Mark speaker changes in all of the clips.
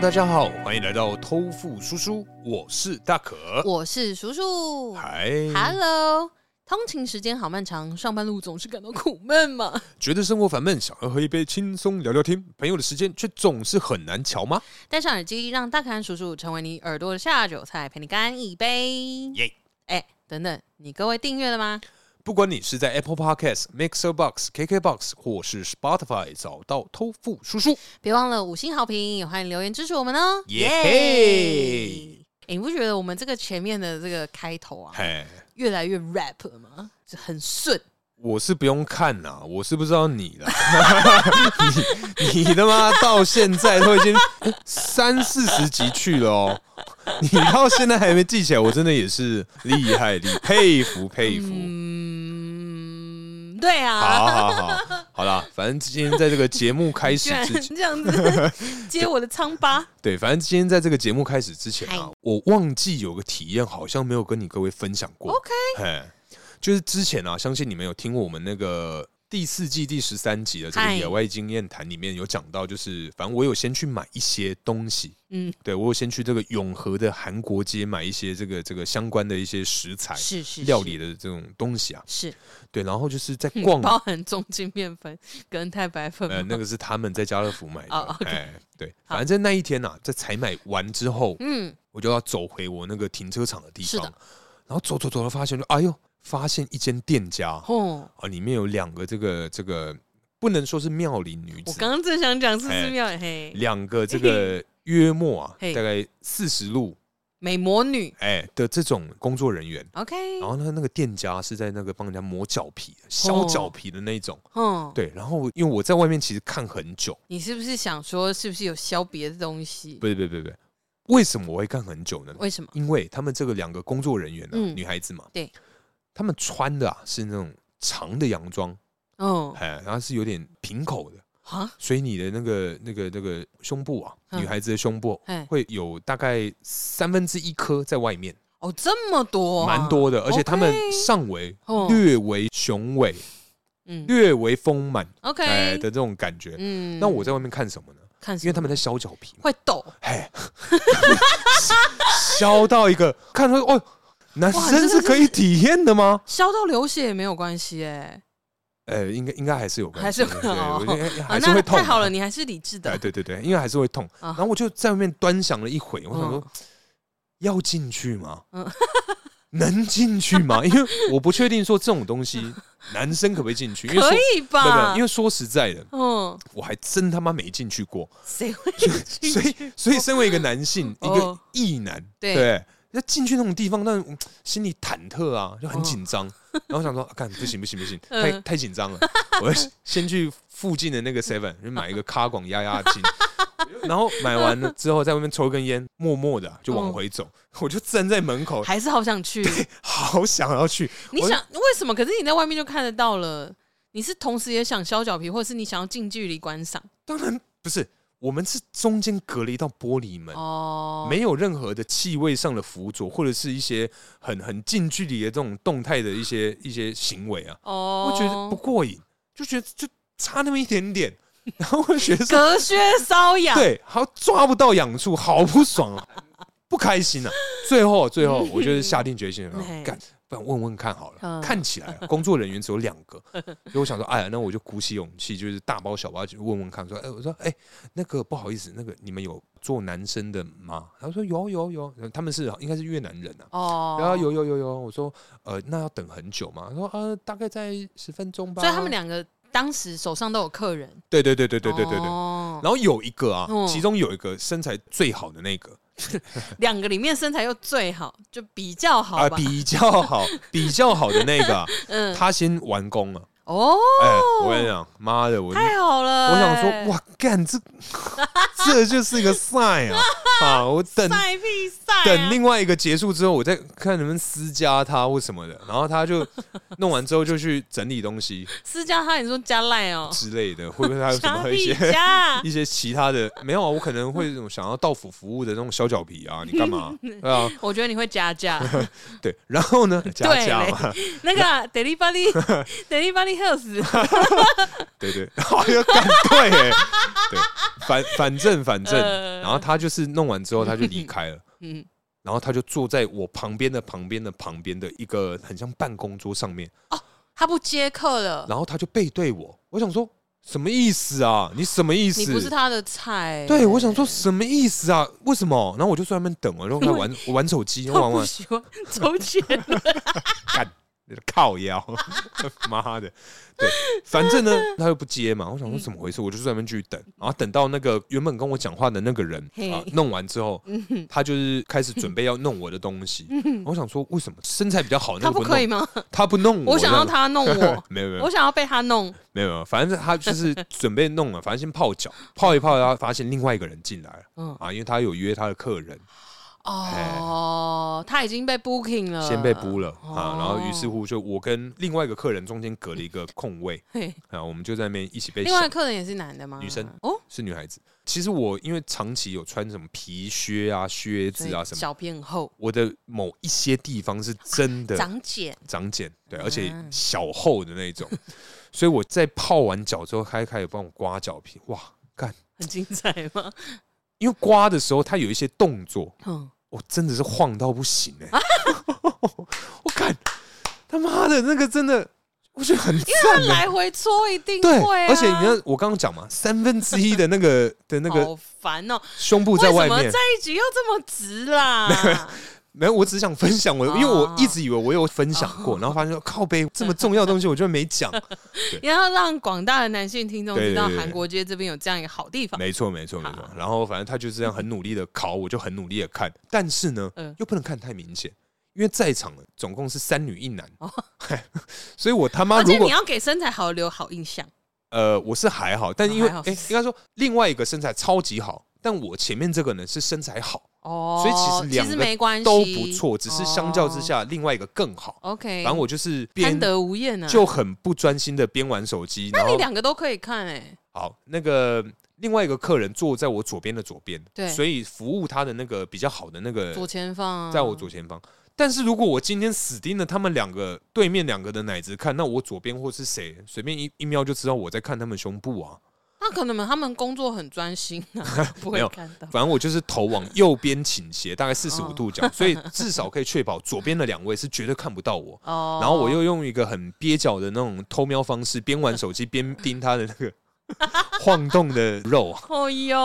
Speaker 1: 大家好，欢迎来到偷富叔叔，我是大可。
Speaker 2: 我是叔叔。
Speaker 1: 呃嗨，
Speaker 2: Hello，通勤时间好漫长，上班路总是感到苦闷嘛？
Speaker 1: 觉得生活烦闷，想要喝一杯轻松聊聊天，朋友的时间却总是很难瞧吗？
Speaker 2: 戴上耳机，让大侃叔叔成为你耳朵的下酒菜，陪你干一杯。
Speaker 1: 耶
Speaker 2: 哎，等等，你各位订阅了吗？
Speaker 1: 不管你是在 Apple Podcast、Mixer Box、KK Box 或是 Spotify 找到偷富叔叔，
Speaker 2: 别忘了五星好评，也欢迎留言支持我们哦。
Speaker 1: 耶
Speaker 2: 嘿！哎，你不觉得我们这个前面的这个开头啊，
Speaker 1: 嘿，
Speaker 2: 越来越 rap 了吗？就很顺，
Speaker 1: 我是不用看啦，我是不知道你啦， 你你他妈到现在都已经三四十集去了哦，你到现在还没记起来，我真的也是厉害厉佩服佩服。
Speaker 2: 嗯，对
Speaker 1: 好
Speaker 2: 啊，
Speaker 1: 好好好，好啦，反正今天在这个节目开始
Speaker 2: 居然
Speaker 1: 之前，
Speaker 2: 这样子 接我的疮疤。
Speaker 1: 对，反正今天在这个节目开始之前啊
Speaker 2: 嗨，
Speaker 1: 我忘记有个体验，好像没有跟你各位分享过。
Speaker 2: OK，
Speaker 1: 嘿，就是之前啊，相信你们有听过我们那个第四季第十三集的这个
Speaker 2: 嗨
Speaker 1: 野外经验谈里面有讲到，就是反正我有先去买一些东西，
Speaker 2: 嗯，
Speaker 1: 对我有先去这个永和的韩国街买一些这个这个相关的一些食材。
Speaker 2: 是是
Speaker 1: 料理的这种东西啊，
Speaker 2: 是。是
Speaker 1: 对，然后就是在
Speaker 2: 嗯
Speaker 1: 逛啊
Speaker 2: 包含中筋面粉跟太白粉吗，
Speaker 1: 呃，那个是他们在家乐福买的。
Speaker 2: 哦，OK
Speaker 1: 哎，对，反正那一天呐、在采买完之后，
Speaker 2: 嗯，
Speaker 1: 我就要走回我那个停车场的地
Speaker 2: 是
Speaker 1: 方
Speaker 2: 的，
Speaker 1: 然后走走走，发现就哎呦，发现一间店家啊，
Speaker 2: 哦，
Speaker 1: 里面有两个这个这个不能说是妙龄女
Speaker 2: 我
Speaker 1: 子，
Speaker 2: 刚刚正想讲四
Speaker 1: 哎
Speaker 2: 十秒，嘿，
Speaker 1: 两个这个约莫啊，
Speaker 2: 嘿
Speaker 1: 大概四十路
Speaker 2: 美魔女
Speaker 1: 哎的这种工作人员。
Speaker 2: ，OK，
Speaker 1: 然后呢，那个店家是在那个帮人家磨脚皮的、
Speaker 2: 哦
Speaker 1: 削脚皮的那一种。
Speaker 2: 嗯，
Speaker 1: 对，然后因为我在外面其实看很久，
Speaker 2: 你是不是想说是不是有消别的东西？
Speaker 1: 不是不是不是不是，为什么我会看很久呢？
Speaker 2: 为什么？
Speaker 1: 因为他们这个两个工作人员呢、
Speaker 2: 嗯
Speaker 1: 女孩子嘛，
Speaker 2: 对，
Speaker 1: 他们穿的啊是那种长的洋装，
Speaker 2: 嗯，
Speaker 1: 哎，然后是有点平口的，
Speaker 2: 啊，
Speaker 1: 所以你的那个那个那个胸部啊，
Speaker 2: 嗯
Speaker 1: 女孩子的胸部
Speaker 2: 哎，
Speaker 1: 会有大概三分之一颗在外面，
Speaker 2: 哦，这么多啊，
Speaker 1: 蛮多的，而且
Speaker 2: OK
Speaker 1: 他们上围
Speaker 2: 哦，
Speaker 1: 略为雄伟，
Speaker 2: 嗯
Speaker 1: 略为丰满，哎
Speaker 2: ，OK，
Speaker 1: 的这种感觉。
Speaker 2: 嗯，
Speaker 1: 那我在外面看什么呢？
Speaker 2: 看什么，
Speaker 1: 因为他们在削脚皮嘛，
Speaker 2: 会抖，
Speaker 1: 哎，削到一个看到哦，男
Speaker 2: 哇
Speaker 1: 生
Speaker 2: 真的
Speaker 1: 是可以体验的吗？
Speaker 2: 消到流血也没有关系，哎，
Speaker 1: 呃，应该应该还是有关系，
Speaker 2: 还是
Speaker 1: 对
Speaker 2: 会
Speaker 1: 对，
Speaker 2: 哦
Speaker 1: 我觉得哎
Speaker 2: 啊
Speaker 1: 还是
Speaker 2: 那
Speaker 1: 会痛、哎
Speaker 2: 太好了，，你还是理智
Speaker 1: 对
Speaker 2: 的，
Speaker 1: 对对对，因为还是会痛。
Speaker 2: 啊
Speaker 1: 然后我就在外面端详了一会，我想说、
Speaker 2: 嗯
Speaker 1: 要进去吗？
Speaker 2: 嗯
Speaker 1: 能进去 吗？因为我不确定说这种东西男生可不可以进去，因为说
Speaker 2: 可以
Speaker 1: 不不
Speaker 2: 吧？
Speaker 1: 因为说实在的，
Speaker 2: 嗯，
Speaker 1: 我还真他妈没进去过，
Speaker 2: 谁会去？
Speaker 1: 所以所以身为一个男性，一个
Speaker 2: 哦
Speaker 1: 异男，
Speaker 2: 对
Speaker 1: 对。要进去那种地方，但嗯心里忐忑啊，就很
Speaker 2: 哦
Speaker 1: 紧 张。然后想说，啊干、不行不行不行，
Speaker 2: 嗯
Speaker 1: 太太紧张 了。我要先去附近的那个 Seven 就买一个咖广压压惊， 然后买完了之后，在外面抽一根烟，默默的就往
Speaker 2: 嗯
Speaker 1: 回走。我就站在门口，
Speaker 2: 还是好想去。
Speaker 1: 好想要去。
Speaker 2: 你
Speaker 1: 我
Speaker 2: 想为什么？可是你在外面就看得到了，你是同时也想削脚皮，或者是你想要近距离观赏
Speaker 1: 当然不是，我们是中间隔了一道玻璃门，
Speaker 2: 哦？
Speaker 1: 没有任何的气味上的附着，或者是一些很很近距离的这种动态的一些一些行为啊，
Speaker 2: 哦，
Speaker 1: 我觉得不过瘾，就觉得就差那么一点 点，然后我就觉得说
Speaker 2: 隔靴搔痒。，
Speaker 1: 对，好像抓不到痒处，好不爽啊， 不开心啊。最后最后，我就是下定决心 了，
Speaker 2: 嗯
Speaker 1: 干，不然问问看好了。
Speaker 2: 嗯
Speaker 1: 看起 来啊工作人员只有两个，所以我想说，哎呀，那我就鼓起勇气，就是大包小包去问问看，说，哎，我说，哎，那个不好意思，那个你们有做男生的吗？他说有有有，他们是应该是越南人啊。
Speaker 2: 哦，
Speaker 1: 然后，有有有有，我说呃，那要等很久吗？他说呃，大概在十分钟吧。
Speaker 2: 所以他们两个当时手上都有客人。
Speaker 1: 对对对对对对对对。
Speaker 2: 哦，
Speaker 1: 然后有一个啊，
Speaker 2: 嗯
Speaker 1: 其中有一个身材最好的那个
Speaker 2: 两个里面身材又最好，就比较
Speaker 1: 啊、
Speaker 2: 好吧。
Speaker 1: 比较 好，比较好的那个啊、
Speaker 2: 嗯，
Speaker 1: 他先完工了。
Speaker 2: 哦，
Speaker 1: 哎、我跟你讲，妈的，我就
Speaker 2: 太好了。
Speaker 1: 我想说，，哇，干这 这就是一个赛 啊啊！我等
Speaker 2: 晒屁晒啊，
Speaker 1: 等另外一个结束之后，我再看能不能私加他或什么的。然后他就弄完之后就去整理东西
Speaker 2: 私加他，你说加赖哦，
Speaker 1: 之类的，会不会他有什
Speaker 2: 加
Speaker 1: 么一
Speaker 2: 屁
Speaker 1: 些？
Speaker 2: 加
Speaker 1: 一些其他的没有啊，我可能会那种想要到府服务的那种小脚皮 啊，你干嘛？对啊，
Speaker 2: 我觉得你 会加价。
Speaker 1: 对，然后呢，加
Speaker 2: 对
Speaker 1: 价
Speaker 2: 嘞
Speaker 1: 嘛，
Speaker 2: 那个啊 delivery delivery Hills，
Speaker 1: 对 对，好像干对 哎，对，反反正反正，
Speaker 2: 呃
Speaker 1: 然后他就是弄完之后他就离开了，
Speaker 2: 嗯，
Speaker 1: 然后他就坐在我旁边的旁边的旁边的一个很像办公桌上面，
Speaker 2: 他不接客了，
Speaker 1: 然后他就背对我，我想说什么意思啊？你什么意思？
Speaker 2: 你不是他的菜。
Speaker 1: 对，我想说什么意思啊？为什么？然后我就坐在那边等，我就在玩 我玩手机，
Speaker 2: 他
Speaker 1: 玩
Speaker 2: 不
Speaker 1: 玩
Speaker 2: 喜欢周 杰伦，
Speaker 1: 干靠腰， 妈的！对，反正呢，他又不接嘛。我想
Speaker 2: 嗯
Speaker 1: 说怎么回事，我就在那边继续等，然后等到那个原本跟我讲话的那个人
Speaker 2: 嘿嗯
Speaker 1: 啊弄完之后，他就是开始准备要弄我的东西。我想说为什么身材比较好那
Speaker 2: 他
Speaker 1: 个
Speaker 2: 不
Speaker 1: 不
Speaker 2: 可以
Speaker 1: 弄，
Speaker 2: 吗？
Speaker 1: 他不弄我，
Speaker 2: 我想要
Speaker 1: 这样
Speaker 2: 他弄
Speaker 1: ，
Speaker 2: 我
Speaker 1: 没有没有
Speaker 2: 我想要被他弄。
Speaker 1: 没有没有，反正他就是准备弄了，反 正先泡脚，泡一泡，然后发现另外一个人进来了。
Speaker 2: 嗯，
Speaker 1: 啊，因为他有约他的客人，
Speaker 2: 哦，他已经被 booking 了，
Speaker 1: 哎先被扑了、啊
Speaker 2: 呃哦，
Speaker 1: 然后于是乎就我跟另外一个客人中间隔了一个空位
Speaker 2: 嘿。
Speaker 1: 啊，我们就在那边一起被
Speaker 2: 另外
Speaker 1: 笑，
Speaker 2: 客人也是男的吗？
Speaker 1: 女生
Speaker 2: 哦，
Speaker 1: 是女孩子。其实我因为长期有穿什么皮靴啊、靴
Speaker 2: 所
Speaker 1: 子
Speaker 2: 以
Speaker 1: 啊什么，
Speaker 2: 小便厚，
Speaker 1: 我的某一些地方是真的
Speaker 2: 长茧，
Speaker 1: 长茧，对，而且
Speaker 2: 嗯
Speaker 1: 小厚的那种， 所以我在泡完脚之后，开开始帮我刮脚皮，哇，干！
Speaker 2: 很精彩 吗？
Speaker 1: 因为刮的时候，它有一些动作，
Speaker 2: 嗯，
Speaker 1: 我真的是晃到不行哎、 我看他妈的那个真的，我觉得很赞、欸。
Speaker 2: 来回搓一定
Speaker 1: 对
Speaker 2: 会啊，，
Speaker 1: 而且你看，我刚刚讲嘛，三分之一的那个的那个
Speaker 2: 好烦哦，
Speaker 1: 胸部
Speaker 2: 为
Speaker 1: 在
Speaker 2: 什
Speaker 1: 外
Speaker 2: 么
Speaker 1: 面
Speaker 2: 这，一集又这么直 啦？
Speaker 1: 没有，我只想分享我，
Speaker 2: 哦
Speaker 1: 因为我一直以为我有分享过，然后发现说靠背这么重要的东西，我居然没 讲。
Speaker 2: 也要让广大的男性听众
Speaker 1: 对
Speaker 2: 知道
Speaker 1: 对对对
Speaker 2: 韩国街这边有这样一个好地方。
Speaker 1: 没错，没错，没错。然后反正他就这样很努力的考，我就很努力的看，但是呢
Speaker 2: 嗯，
Speaker 1: 又不能看太明显，因为在场总共是三女一男， 所以我他妈
Speaker 2: 哦而
Speaker 1: 啊如
Speaker 2: 且
Speaker 1: 果
Speaker 2: 你要给身材好留好印象，
Speaker 1: 呃，我是还好，但因为
Speaker 2: 哦还好
Speaker 1: 诶应该说另外一个身材超级好，但我前面这个呢是身材好，
Speaker 2: 哦，
Speaker 1: 所以其实两个
Speaker 2: 其实没关系，
Speaker 1: 都不错，只是相较之下、另外一个更好。
Speaker 2: 哦，OK，
Speaker 1: 反正我就是
Speaker 2: 贪
Speaker 1: 边
Speaker 2: 得无厌啊，
Speaker 1: 就很不专心的边玩手机，然
Speaker 2: 那你
Speaker 1: 后
Speaker 2: 两个都可以看哎，
Speaker 1: 好那个。另外一个客人坐在我左边的左边，
Speaker 2: 对
Speaker 1: 所以服务他的那个比较好的那个
Speaker 2: 左前方啊
Speaker 1: 在我左前方。但是如果我今天死盯着他们两个对面两个的奶子看，那我左边或是谁随便一一瞄就知道我在看他们胸部啊。
Speaker 2: 那可能他们工作很专心啊，不
Speaker 1: 没
Speaker 2: 会
Speaker 1: 有
Speaker 2: 看到。
Speaker 1: 反正我就是头往右边倾斜，大概四十五
Speaker 2: 哦
Speaker 1: 度角，所以至少可以确保左边的两位是绝对看不到我。
Speaker 2: 哦，
Speaker 1: 然后我又用一个很蹩脚的那种偷瞄方式，边玩手机边盯他的那 个晃动的肉啊。
Speaker 2: 哦哟，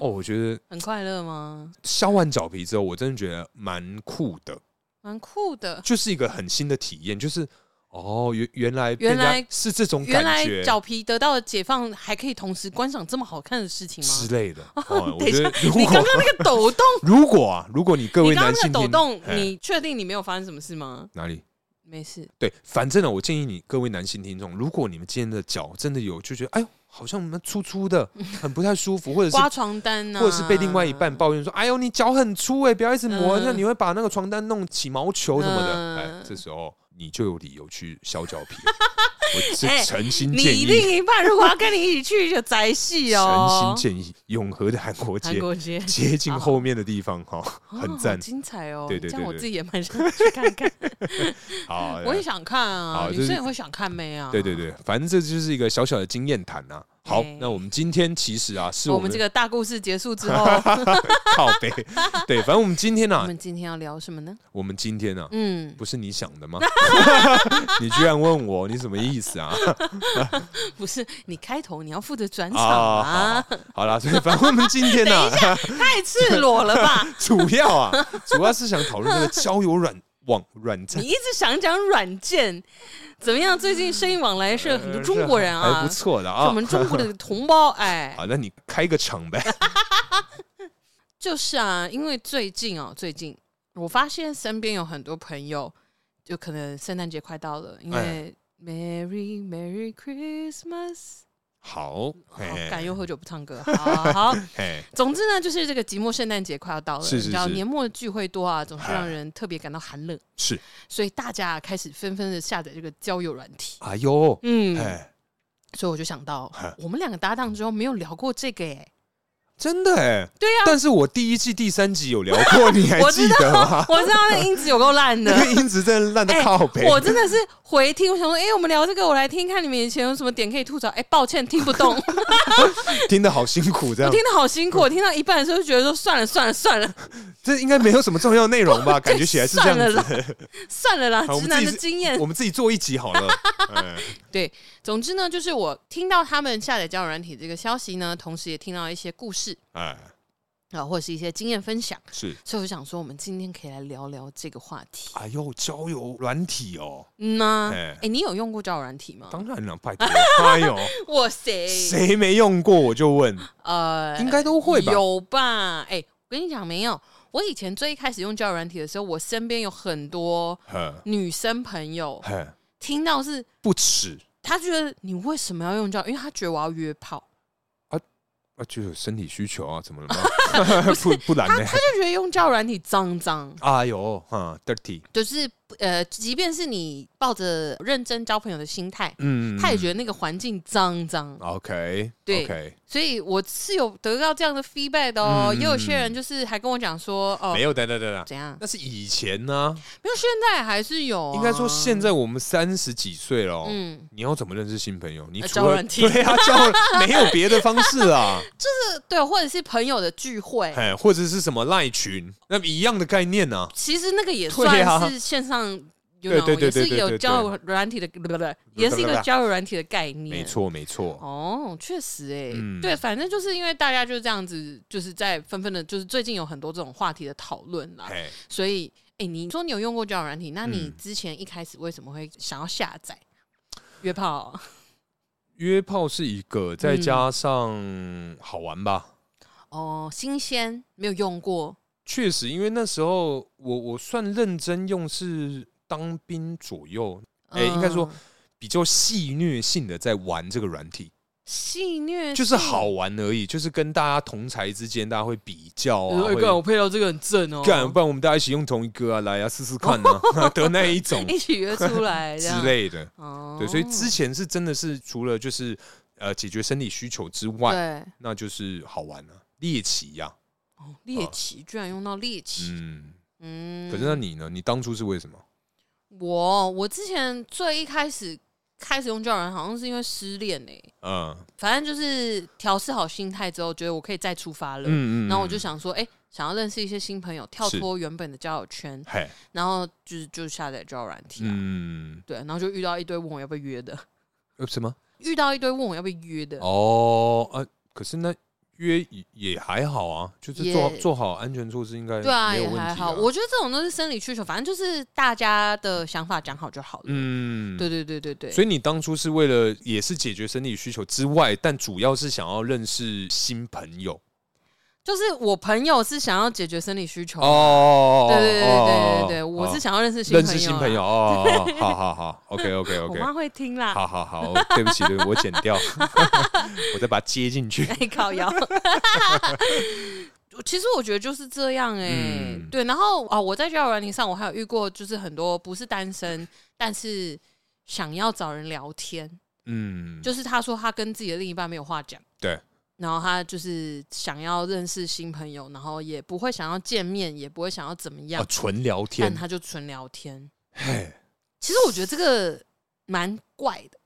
Speaker 1: 哦，我觉得
Speaker 2: 很快乐吗？
Speaker 1: 削完脚皮之后，我真的觉得蛮酷的，
Speaker 2: 蛮酷的。
Speaker 1: 就是一个很新的体验，就是哦，原原来
Speaker 2: 原来
Speaker 1: 人家是这种
Speaker 2: 原来
Speaker 1: 感觉
Speaker 2: 脚皮得到了解放，还可以同时观赏这么好看的事情
Speaker 1: 之
Speaker 2: 吗？
Speaker 1: 类 的。哦，我
Speaker 2: 等一
Speaker 1: 觉
Speaker 2: 下
Speaker 1: 得如
Speaker 2: 你刚
Speaker 1: 果
Speaker 2: 刚那个抖动，
Speaker 1: 如果啊，如果你 各
Speaker 2: 你
Speaker 1: 位
Speaker 2: 刚刚
Speaker 1: 男
Speaker 2: 那
Speaker 1: 性
Speaker 2: 个抖
Speaker 1: 听
Speaker 2: 动，
Speaker 1: 哎
Speaker 2: 你确定你没有发生什么事吗？
Speaker 1: 哪里？
Speaker 2: 没事，
Speaker 1: 对，反正呢，我建议你各位男性听众，如果你们今天的脚真的有就觉得，哎呦，好像蛮粗粗的，很不太舒服，或者
Speaker 2: 刮
Speaker 1: 是
Speaker 2: 床单啊呢、
Speaker 1: 或者是被另外一半抱怨说，哎呦，你脚很粗哎、不要一直磨，
Speaker 2: 嗯
Speaker 1: 那、你会把那个床单弄起毛球什么的。
Speaker 2: 嗯
Speaker 1: 哎，这时候你就有理由去削脚皮。 我是
Speaker 2: 哎
Speaker 1: 诚心
Speaker 2: 你
Speaker 1: 建议，
Speaker 2: 另一半如果要跟你一起去，就宅戏哦
Speaker 1: 诚心。建议，永和的韩国
Speaker 2: 韩
Speaker 1: 街
Speaker 2: 国街
Speaker 1: 接近后面的地方哈，
Speaker 2: 哦
Speaker 1: 很赞
Speaker 2: 好精彩哦！
Speaker 1: 对对对对
Speaker 2: 这样我自己也蛮想去看 看，
Speaker 1: 好，
Speaker 2: 哦我也想看啊，
Speaker 1: 好
Speaker 2: 女
Speaker 1: 就是
Speaker 2: 生也会想看妹啊。
Speaker 1: 对对对，反正这就是一个小小的经验谈啊。好
Speaker 2: 哎，
Speaker 1: 那我们今天其实啊，是
Speaker 2: 我
Speaker 1: 我
Speaker 2: 们
Speaker 1: 们
Speaker 2: 这个大故事结 束之后，
Speaker 1: 靠背。 对，反正我们今天呢、
Speaker 2: 我
Speaker 1: 啊，
Speaker 2: 们今天要聊什么呢？
Speaker 1: 我们今天呢、啊，
Speaker 2: 嗯，
Speaker 1: 不是你想的吗？你居然问我，你什么意思啊？
Speaker 2: 不是，你开头你要负责转场
Speaker 1: 啊，
Speaker 2: 啊
Speaker 1: 好！好啦，所以反正我们今天呢、 啊，
Speaker 2: 太赤裸了吧？
Speaker 1: 主要啊，主要是想讨论那个交友软网软
Speaker 2: 你
Speaker 1: 站。
Speaker 2: 一直想讲软件怎么样？最近生意往来是很多中国人
Speaker 1: 还
Speaker 2: 啊，
Speaker 1: 不错的
Speaker 2: 是我
Speaker 1: 啊。
Speaker 2: 们中国的同胞哎，
Speaker 1: 好，那你开个场呗。
Speaker 2: 就是啊，因为最近哦，最近我发现身边有很多朋友，就可能圣诞节快到了，因
Speaker 1: 哎
Speaker 2: 为 Merry Merry Christmas，
Speaker 1: 好，
Speaker 2: 好
Speaker 1: 嘿
Speaker 2: 敢又喝酒不唱歌，好好好。
Speaker 1: 嘿，
Speaker 2: 总之呢，就是这个寂寞圣诞节快要到了，
Speaker 1: 是是
Speaker 2: 你知道
Speaker 1: 是哎
Speaker 2: 年末聚会多啊，总是
Speaker 1: 嗨
Speaker 2: 让人特别感到寒冷，
Speaker 1: 是，
Speaker 2: 所以大家开始纷纷的下载这个交友软体。
Speaker 1: 哎呦，
Speaker 2: 嗯，
Speaker 1: 哎，
Speaker 2: 所以我就想到
Speaker 1: 嗨，
Speaker 2: 我们两个搭档之后没有聊过这个耶，
Speaker 1: 真的哎、
Speaker 2: 对呀、
Speaker 1: 但是我第一季第三集有聊 过，你还
Speaker 2: 我
Speaker 1: 记
Speaker 2: 知
Speaker 1: 得
Speaker 2: 道
Speaker 1: 吗，？
Speaker 2: 我知道那音质有够烂的
Speaker 1: 那。个音质真的烂的
Speaker 2: 哎
Speaker 1: 靠北。
Speaker 2: 我真的是回听，我想说，哎、我们聊这个，我来听看你们以前有什么点可以吐槽。哎、抱歉，听不 懂，我
Speaker 1: 听的好辛苦，这样
Speaker 2: 听的好辛
Speaker 1: 嗯
Speaker 2: 苦，我听到一半的时候就觉得说，算了算了算了
Speaker 1: 这应该没有什么重要内容 吧？感觉起来是这样
Speaker 2: 算了
Speaker 1: 子。
Speaker 2: 算了啦，
Speaker 1: 好我
Speaker 2: 直
Speaker 1: 们
Speaker 2: 男
Speaker 1: 自
Speaker 2: 的
Speaker 1: 己
Speaker 2: 经验
Speaker 1: 我。们自己做一集好了。 哎
Speaker 2: 对，总之呢，就是我听到他们下载交友软体这个消息呢，同时也听到一些故事
Speaker 1: 哎，
Speaker 2: 啊、或者是一些经验分享，
Speaker 1: 是。
Speaker 2: 所以我想说，我们今天可以来聊聊这个话题。
Speaker 1: 哎呦，交友软体哦，
Speaker 2: 嗯呐、哎、
Speaker 1: 哎
Speaker 2: 你有用过交友软体吗？
Speaker 1: 当然了，拜托。哎呦，
Speaker 2: 哇塞，
Speaker 1: 谁没用过我就问，
Speaker 2: 呃，
Speaker 1: 应该都会吧？
Speaker 2: 有吧？哎、我跟你讲，没有。我以前最一开始用交友软体的时候，我身边有很多
Speaker 1: 呵
Speaker 2: 女生朋友
Speaker 1: 呵
Speaker 2: 听到是，
Speaker 1: 不耻
Speaker 2: 她觉得你为什么要用交友？因为她觉得我要约炮，
Speaker 1: 啊，就有身体需求啊，怎么了吗？ 不不然呢？
Speaker 2: 她就觉得用交友软体脏脏，
Speaker 1: 哎呦，哈，dirty，
Speaker 2: 就是呃，即便是你抱着认真交朋友的心态，
Speaker 1: 嗯，
Speaker 2: 她也觉得那个环境脏脏。
Speaker 1: OK，
Speaker 2: 对
Speaker 1: OK，
Speaker 2: 所以我是有得到这样的 feedback 的哦，
Speaker 1: 嗯
Speaker 2: 也有些人就是还跟我讲说，哦
Speaker 1: 没，有，等等等等，
Speaker 2: 怎样？
Speaker 1: 那是以前呢，
Speaker 2: 没有，现在还是有、
Speaker 1: 应该说现
Speaker 2: 在，
Speaker 1: 在我们三十几岁了哦，
Speaker 2: 嗯，
Speaker 1: 你要怎么认识新朋友？你
Speaker 2: 呃
Speaker 1: 除
Speaker 2: 交
Speaker 1: 了
Speaker 2: 软体
Speaker 1: 对啊，交 友没有别的方式啊，
Speaker 2: 对，或者是朋友的聚会，
Speaker 1: 哎，或者是什么赖群，那一样的概念啊呢、
Speaker 2: 其实那个也
Speaker 1: 对啊
Speaker 2: 算是线上。有
Speaker 1: 对对对
Speaker 2: 也是
Speaker 1: 对对
Speaker 2: 有
Speaker 1: 对
Speaker 2: 交友软体的，不不不，也是一个交友软体的概念。
Speaker 1: 没。错，没错，
Speaker 2: 哦，确实哎、
Speaker 1: 嗯
Speaker 2: 对，反正就是因为大家就这样子，就是在纷纷的，就是最近有很多这种话题的讨论啦，
Speaker 1: 哎，
Speaker 2: 所以哎、你说你有用过交友软体，那你
Speaker 1: 嗯
Speaker 2: 之前一开始为什么会想要下载约炮？
Speaker 1: 约炮是一个，再
Speaker 2: 嗯
Speaker 1: 加上好玩吧。
Speaker 2: 哦，新鲜没有用过，
Speaker 1: 确实，因为那时候我我算认真用是当兵左右，哎应该说
Speaker 2: 嗯
Speaker 1: 比较戏虐性的在玩这个软体，
Speaker 2: 戏虐
Speaker 1: 就是
Speaker 2: 性
Speaker 1: 好玩而已，就是跟大家同才之间，大家会比较
Speaker 2: 哎
Speaker 1: 啊，
Speaker 2: 干、
Speaker 1: 会
Speaker 2: 我配到这个很正哦，
Speaker 1: 干，不然我们大家一起用同一个啊，来啊，试试看 啊， 得那一种
Speaker 2: 一起约出 来
Speaker 1: 之
Speaker 2: 这样
Speaker 1: 类的。
Speaker 2: 哎哦
Speaker 1: 对，所以之前是真的是除了就是呃解决生理需求之外，
Speaker 2: 对
Speaker 1: 那就是好玩啊，猎奇呀、
Speaker 2: 哦猎奇居然用到猎奇，
Speaker 1: 呃嗯，
Speaker 2: 嗯，
Speaker 1: 可是那你呢？你当初是为什么？
Speaker 2: 我我之前最一开始开始用教软，好像是因为失恋哎、
Speaker 1: 嗯
Speaker 2: 反正就是调试好心态之后，觉得我可以再出发了，
Speaker 1: 嗯
Speaker 2: 然后我就，想说，哎、想要认识一些新朋友，跳
Speaker 1: 是
Speaker 2: 脱原本的交友圈，
Speaker 1: 嘿，
Speaker 2: 然后就是就下载交友软体啊，
Speaker 1: 嗯，
Speaker 2: 对，然后就遇到一堆问我要不要约的，
Speaker 1: 呃什么？
Speaker 2: 遇到一堆问我要不要约的，
Speaker 1: 哦，呃，可是那约也也还好啊，就是做
Speaker 2: 也
Speaker 1: 做好安全措施，应该
Speaker 2: 对啊，
Speaker 1: 没有
Speaker 2: 也
Speaker 1: 问题、
Speaker 2: 还好。我觉得这种都是生理需求，反正就是大家的想法讲好就好了。
Speaker 1: 嗯，
Speaker 2: 对对对对对，
Speaker 1: 所以你当初是为了也是解决生理需求之外，但主要是想要认识新朋友
Speaker 2: 就是我朋友是想要解决生理需求，
Speaker 1: 哦
Speaker 2: 对对对对对对对，我是想要认识新
Speaker 1: 认
Speaker 2: 朋友，啊
Speaker 1: 识新朋友。哦，哦哦好好好，OK OK
Speaker 2: 我
Speaker 1: OK，
Speaker 2: 妈会听啦，
Speaker 1: 好好好，对不起，对不起，我剪 掉，我再把它接进去。
Speaker 2: 哎，靠腰。 其实我觉得就是这样哎、
Speaker 1: 嗯
Speaker 2: 对。然后啊、我在交友软件上，我还有遇过，就是很多不是单身，但是想要找人聊天，
Speaker 1: 嗯，
Speaker 2: 就是他说他跟自己的另一半没有话讲，
Speaker 1: 对，
Speaker 2: 然后他就是想要认识新朋友，然后也不会想要见面，也不会想要怎么样，
Speaker 1: 啊，纯聊
Speaker 2: 但
Speaker 1: 天，
Speaker 2: 他就纯聊天。
Speaker 1: 嘿，
Speaker 2: 其实我觉得这个蛮怪的，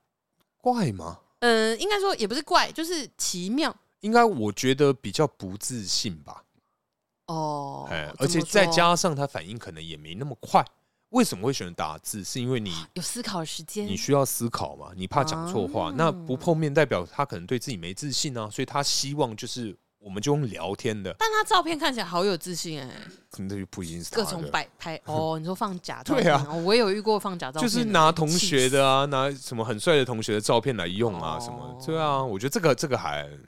Speaker 1: 怪吗？
Speaker 2: 嗯、应该说也不是怪，就是奇妙
Speaker 1: 应该我觉得比较不自信吧，
Speaker 2: 哦
Speaker 1: 哎，。
Speaker 2: 怎
Speaker 1: 而
Speaker 2: 么
Speaker 1: 且再
Speaker 2: 说
Speaker 1: 加上他反应可能也没那么快。为什么会选择打字？是因为你
Speaker 2: 有思考的时间，
Speaker 1: 你需要思考嘛，你怕讲错
Speaker 2: 啊
Speaker 1: 话，那不碰面代表他可能对自己没自信啊，所以他希望就是我们就用聊天的，
Speaker 2: 但他照片看起来好有自信哎、
Speaker 1: 可能这就不一定是他
Speaker 2: 各
Speaker 1: 的
Speaker 2: 种摆拍 哦。你说放假照片，
Speaker 1: 对啊
Speaker 2: 哦我也有遇过放假照
Speaker 1: 就
Speaker 2: 片的，
Speaker 1: 是拿同学
Speaker 2: 气
Speaker 1: 的啊，拿什么很帅的同学的照片来用啊，
Speaker 2: 哦
Speaker 1: 什么对啊，我觉得这个这个还嗯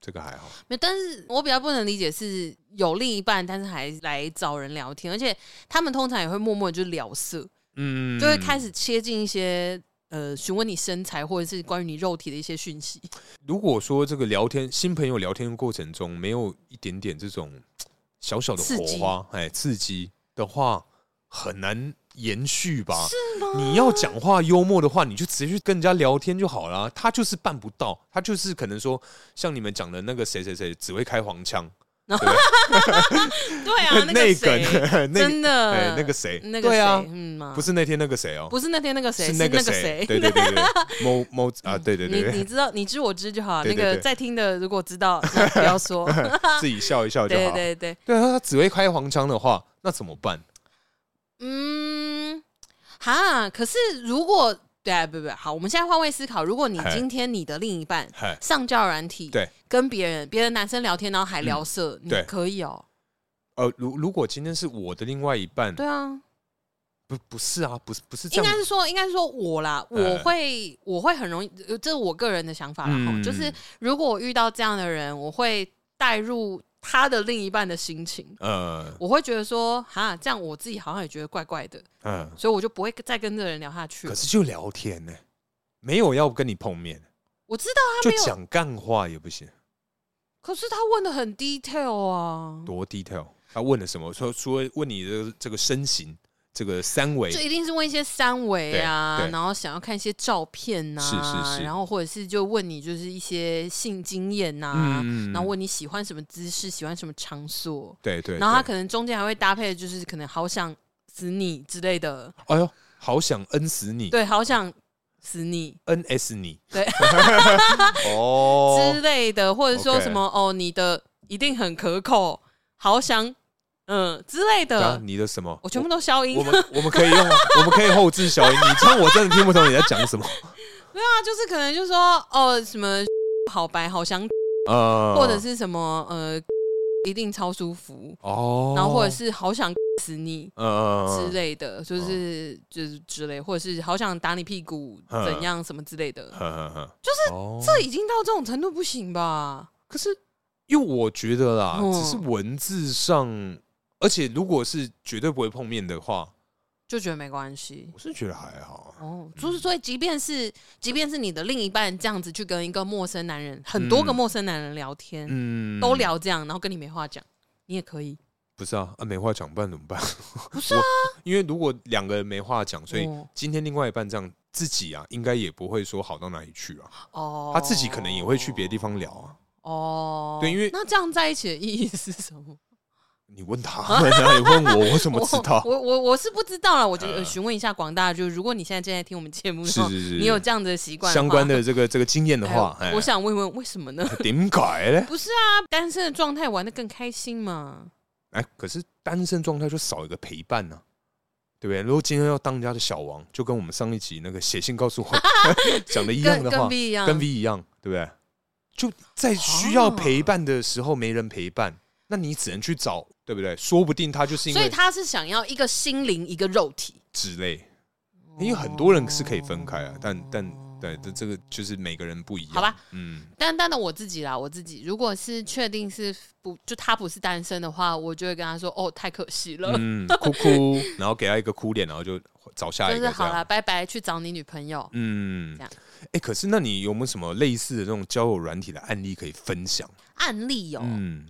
Speaker 1: 这个还好，
Speaker 2: 死，没有但是我比较不能理解是有另一半，但是还来找人聊天，而且他们通常也会默默就聊色，
Speaker 1: 嗯，
Speaker 2: 就会开。始切进一些。呃，询问你身材或者是关于你肉体的一些 讯息，
Speaker 1: 如果说这个聊天新朋友聊天的过程中没有一点点这种嘖小小的
Speaker 2: 刺
Speaker 1: 火
Speaker 2: 激
Speaker 1: 花，哎，刺激的话，很难延续吧。
Speaker 2: 是吗？
Speaker 1: 你要讲话幽默的话，你就直接去跟人家聊天就好了。啊他就是办不到，他就是可能说，像你们讲的那个谁谁谁只会开黄腔，
Speaker 2: 对啊，那个
Speaker 1: 内
Speaker 2: 谁，
Speaker 1: 梗， 那个
Speaker 2: 真的，
Speaker 1: 哎那个谁
Speaker 2: 那个
Speaker 1: 对啊
Speaker 2: 谁嗯嘛，
Speaker 1: 不是那天那个谁哦，
Speaker 2: 不是那天那个谁，
Speaker 1: 是
Speaker 2: 是
Speaker 1: 那
Speaker 2: 那
Speaker 1: 个
Speaker 2: 个谁
Speaker 1: 谁，，对对对对， 对某某啊，对对对
Speaker 2: 你你
Speaker 1: 对，
Speaker 2: 知道，你知我知就好。
Speaker 1: 对
Speaker 2: 那
Speaker 1: 对
Speaker 2: 个
Speaker 1: 对
Speaker 2: 在听的，如果知道，那不 要说。
Speaker 1: 自己笑一笑就
Speaker 2: 对
Speaker 1: 好。
Speaker 2: 对对，
Speaker 1: 对啊，他只会开黄腔的话，那怎么办？
Speaker 2: 嗯，哈，可是如果对啊，不不好，我们现在换位思考，如果你
Speaker 1: 嗨
Speaker 2: 今天你的另一半
Speaker 1: 嗨
Speaker 2: 上交软体，
Speaker 1: 对，嗯
Speaker 2: 跟别人别的男生聊天，然后还聊色，你
Speaker 1: 对
Speaker 2: 可以哦。
Speaker 1: 呃，如如果今天是我的另外一半，
Speaker 2: 对啊，
Speaker 1: 不不是啊，不是不是这
Speaker 2: 应该
Speaker 1: 样，
Speaker 2: 是说，应该是说我啦，我会我会很容易，呃这是我个人的想法啦。
Speaker 1: 嗯
Speaker 2: 吼就是如果我遇到这样的人，我会带入他的另一半的心情。
Speaker 1: 呃
Speaker 2: 我会觉得说，哈，这样我自己好像也觉得怪怪的，
Speaker 1: 嗯，
Speaker 2: 所以我就不会再跟这个人聊下去了
Speaker 1: 可。是就聊天呢，没有要跟你碰面，
Speaker 2: 我知道啊，
Speaker 1: 就
Speaker 2: 没有
Speaker 1: 讲干话也不行，
Speaker 2: 可是他问的很 detail 啊，
Speaker 1: 多 detail。他问了什么？说说问你的这个身形，这个三围
Speaker 2: 就，一定是问一些三维啊
Speaker 1: 对，对
Speaker 2: 然后想要看一些照片呐、啊，
Speaker 1: 是是是
Speaker 2: 然后或者是就问你就是一些性经验呐、
Speaker 1: 嗯
Speaker 2: 然后问你喜欢什么姿势，喜欢什么场所，
Speaker 1: 对对，
Speaker 2: 然后他
Speaker 1: 对
Speaker 2: 可能中间还会搭配就是可能好想死你之类的，
Speaker 1: 哎呦，好想恩死你，
Speaker 2: 对，好想死你，
Speaker 1: 恩 S 你，
Speaker 2: 对，之
Speaker 1: 哦，
Speaker 2: 类的，或者说
Speaker 1: OK
Speaker 2: 什么哦，你的一定很可口，好想嗯之类
Speaker 1: 对啊
Speaker 2: 的，
Speaker 1: 你的什么？
Speaker 2: 我全部都消音
Speaker 1: 我。们我们可以用， 我们可以后置小音，你这样我真的听不懂你在讲什么。
Speaker 2: 那啊就是可能就说哦什么好白好想，
Speaker 1: 呃，
Speaker 2: 或者是什么呃一定超舒服，
Speaker 1: 哦，
Speaker 2: 然后或者是好想死你。
Speaker 1: 呃
Speaker 2: 之类的，就是就是之类，或者是好想打你屁股，
Speaker 1: 嗯
Speaker 2: 怎样什么之类的，
Speaker 1: 就是这
Speaker 2: 这已经到这种程度不行吧？
Speaker 1: 哦可是，因为我觉得啦，
Speaker 2: 嗯
Speaker 1: 只是文字上，而且如果是绝对不会碰面的话，
Speaker 2: 就觉得没关系。
Speaker 1: 我是觉得还好。啊
Speaker 2: 哦，就是所以，即便是即便是你的另一半这样子去跟一个陌生男人，很多个
Speaker 1: 嗯
Speaker 2: 陌生男人聊天，
Speaker 1: 嗯，
Speaker 2: 都聊这样，然后跟你没话讲，你也可以。
Speaker 1: 不是啊？啊，没话讲，不然怎么办？
Speaker 2: 不是啊，
Speaker 1: 因为如果两个人没话讲，所以
Speaker 2: 哦
Speaker 1: 今天另外一半这样，自己啊，应该也不会说好到哪里去啊。
Speaker 2: 哦
Speaker 1: 他自己可能也会去别的地方聊啊。
Speaker 2: 哦。
Speaker 1: 对因为
Speaker 2: 那这样在一起的意义是什么？
Speaker 1: 你问 他们啊，你问 我，我怎么知道？
Speaker 2: 我我我是不知道了，我就
Speaker 1: 呃
Speaker 2: 呃询问一下广大，就是如果你现在正在听我们节目，
Speaker 1: 是
Speaker 2: 然后
Speaker 1: 是是
Speaker 2: 你有这样的习惯
Speaker 1: 相关
Speaker 2: 的
Speaker 1: 的这个这个经验的
Speaker 2: 话
Speaker 1: 话，
Speaker 2: 哎
Speaker 1: 哎
Speaker 2: 我，想问问为什么呢？
Speaker 1: 点改嘞？
Speaker 2: 不是啊，单身的状态玩的更开心嘛。
Speaker 1: 哎，可是单身状态就少一个陪伴呢、对不对？如果今天要当人家的小王，就跟我们上一集那个写信告 诉我讲的一样
Speaker 2: 跟
Speaker 1: 的
Speaker 2: 跟
Speaker 1: 话，
Speaker 2: B 一样，啊
Speaker 1: 跟 V 一样，对不对？就在需要陪伴的时候没人陪伴，那你只能去找，对不对？说不定他就是因
Speaker 2: 哦所以
Speaker 1: 为
Speaker 2: 他是想要一个心灵，一个肉体。
Speaker 1: 之类，
Speaker 2: 哦
Speaker 1: 因为很多人是可以分开啊，但但对，这这个就是每个人不一样，
Speaker 2: 好吧？
Speaker 1: 嗯，
Speaker 2: 但但的我自己啦，我自己如果是确定是不就他不是单身的话，我就会跟他说哦，太可惜了，
Speaker 1: 嗯，哭哭， 然后给他一个哭脸，然后就找下一
Speaker 2: 就
Speaker 1: 个，
Speaker 2: 是
Speaker 1: 这
Speaker 2: 好
Speaker 1: 样。
Speaker 2: 啦，拜拜，去找你女朋友。
Speaker 1: 嗯
Speaker 2: 这样，
Speaker 1: 哎、可是那你有没有什么类似的这种交友软体的案例可以分享？
Speaker 2: 案例有、
Speaker 1: 嗯，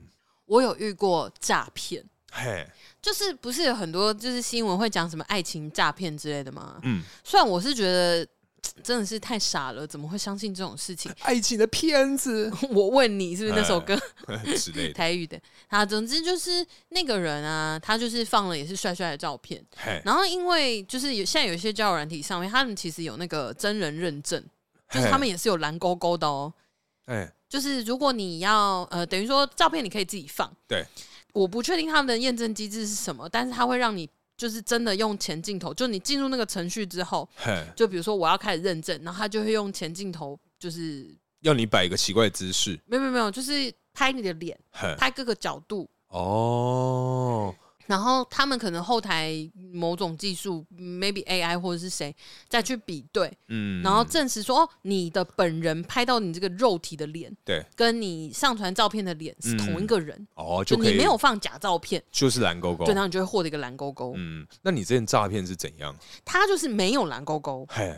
Speaker 2: 我有遇过诈骗，
Speaker 1: 嘿，
Speaker 2: 就是不是有很多就是新闻会讲什么爱情诈骗之类的吗？
Speaker 1: 嗯，
Speaker 2: 虽然我是觉得真的是太傻了，怎么会相信这种事情？
Speaker 1: 爱情的骗子
Speaker 2: 我问你，是不是那首
Speaker 1: 哎
Speaker 2: 歌？
Speaker 1: 之 类的，
Speaker 2: 台语的。他总之就是那个人啊，他就是放了也是帅帅的照片，
Speaker 1: 嘿，
Speaker 2: 然后因为就是有现在有一些交友软体上面，他们其实有那个真人认证，就是他们也是有蓝勾勾的哦。
Speaker 1: 嘿，哎，
Speaker 2: 就是如果你要呃，等于说照片你可以自己放，
Speaker 1: 对，
Speaker 2: 我不确定他们的验证机制是什么，但是他会让你就是真的用前镜头，就你进入那个程序之后，
Speaker 1: 嘿，
Speaker 2: 就比如说我要开始认证，然后他就会用前镜头，就是
Speaker 1: 要你摆一个奇怪的姿势，
Speaker 2: 没有没有没有，就是拍你的脸，
Speaker 1: 嘿，
Speaker 2: 拍各个角度，
Speaker 1: 哦，
Speaker 2: 然后他们可能后台某种技术，maybe AI 或者是谁再去比对，
Speaker 1: 嗯，
Speaker 2: 然后证实说、哦，你的本人拍到你这个肉体的脸，
Speaker 1: 对，
Speaker 2: 跟你上传照片的脸是同一个人，
Speaker 1: 哦，
Speaker 2: 就
Speaker 1: 就可以
Speaker 2: 你没有放假照片，
Speaker 1: 就是蓝勾勾
Speaker 2: 对，，然后你就会获得一个蓝勾勾。
Speaker 1: 嗯，那你这件诈骗是怎样？
Speaker 2: 他就是没有蓝勾勾，
Speaker 1: 嘿，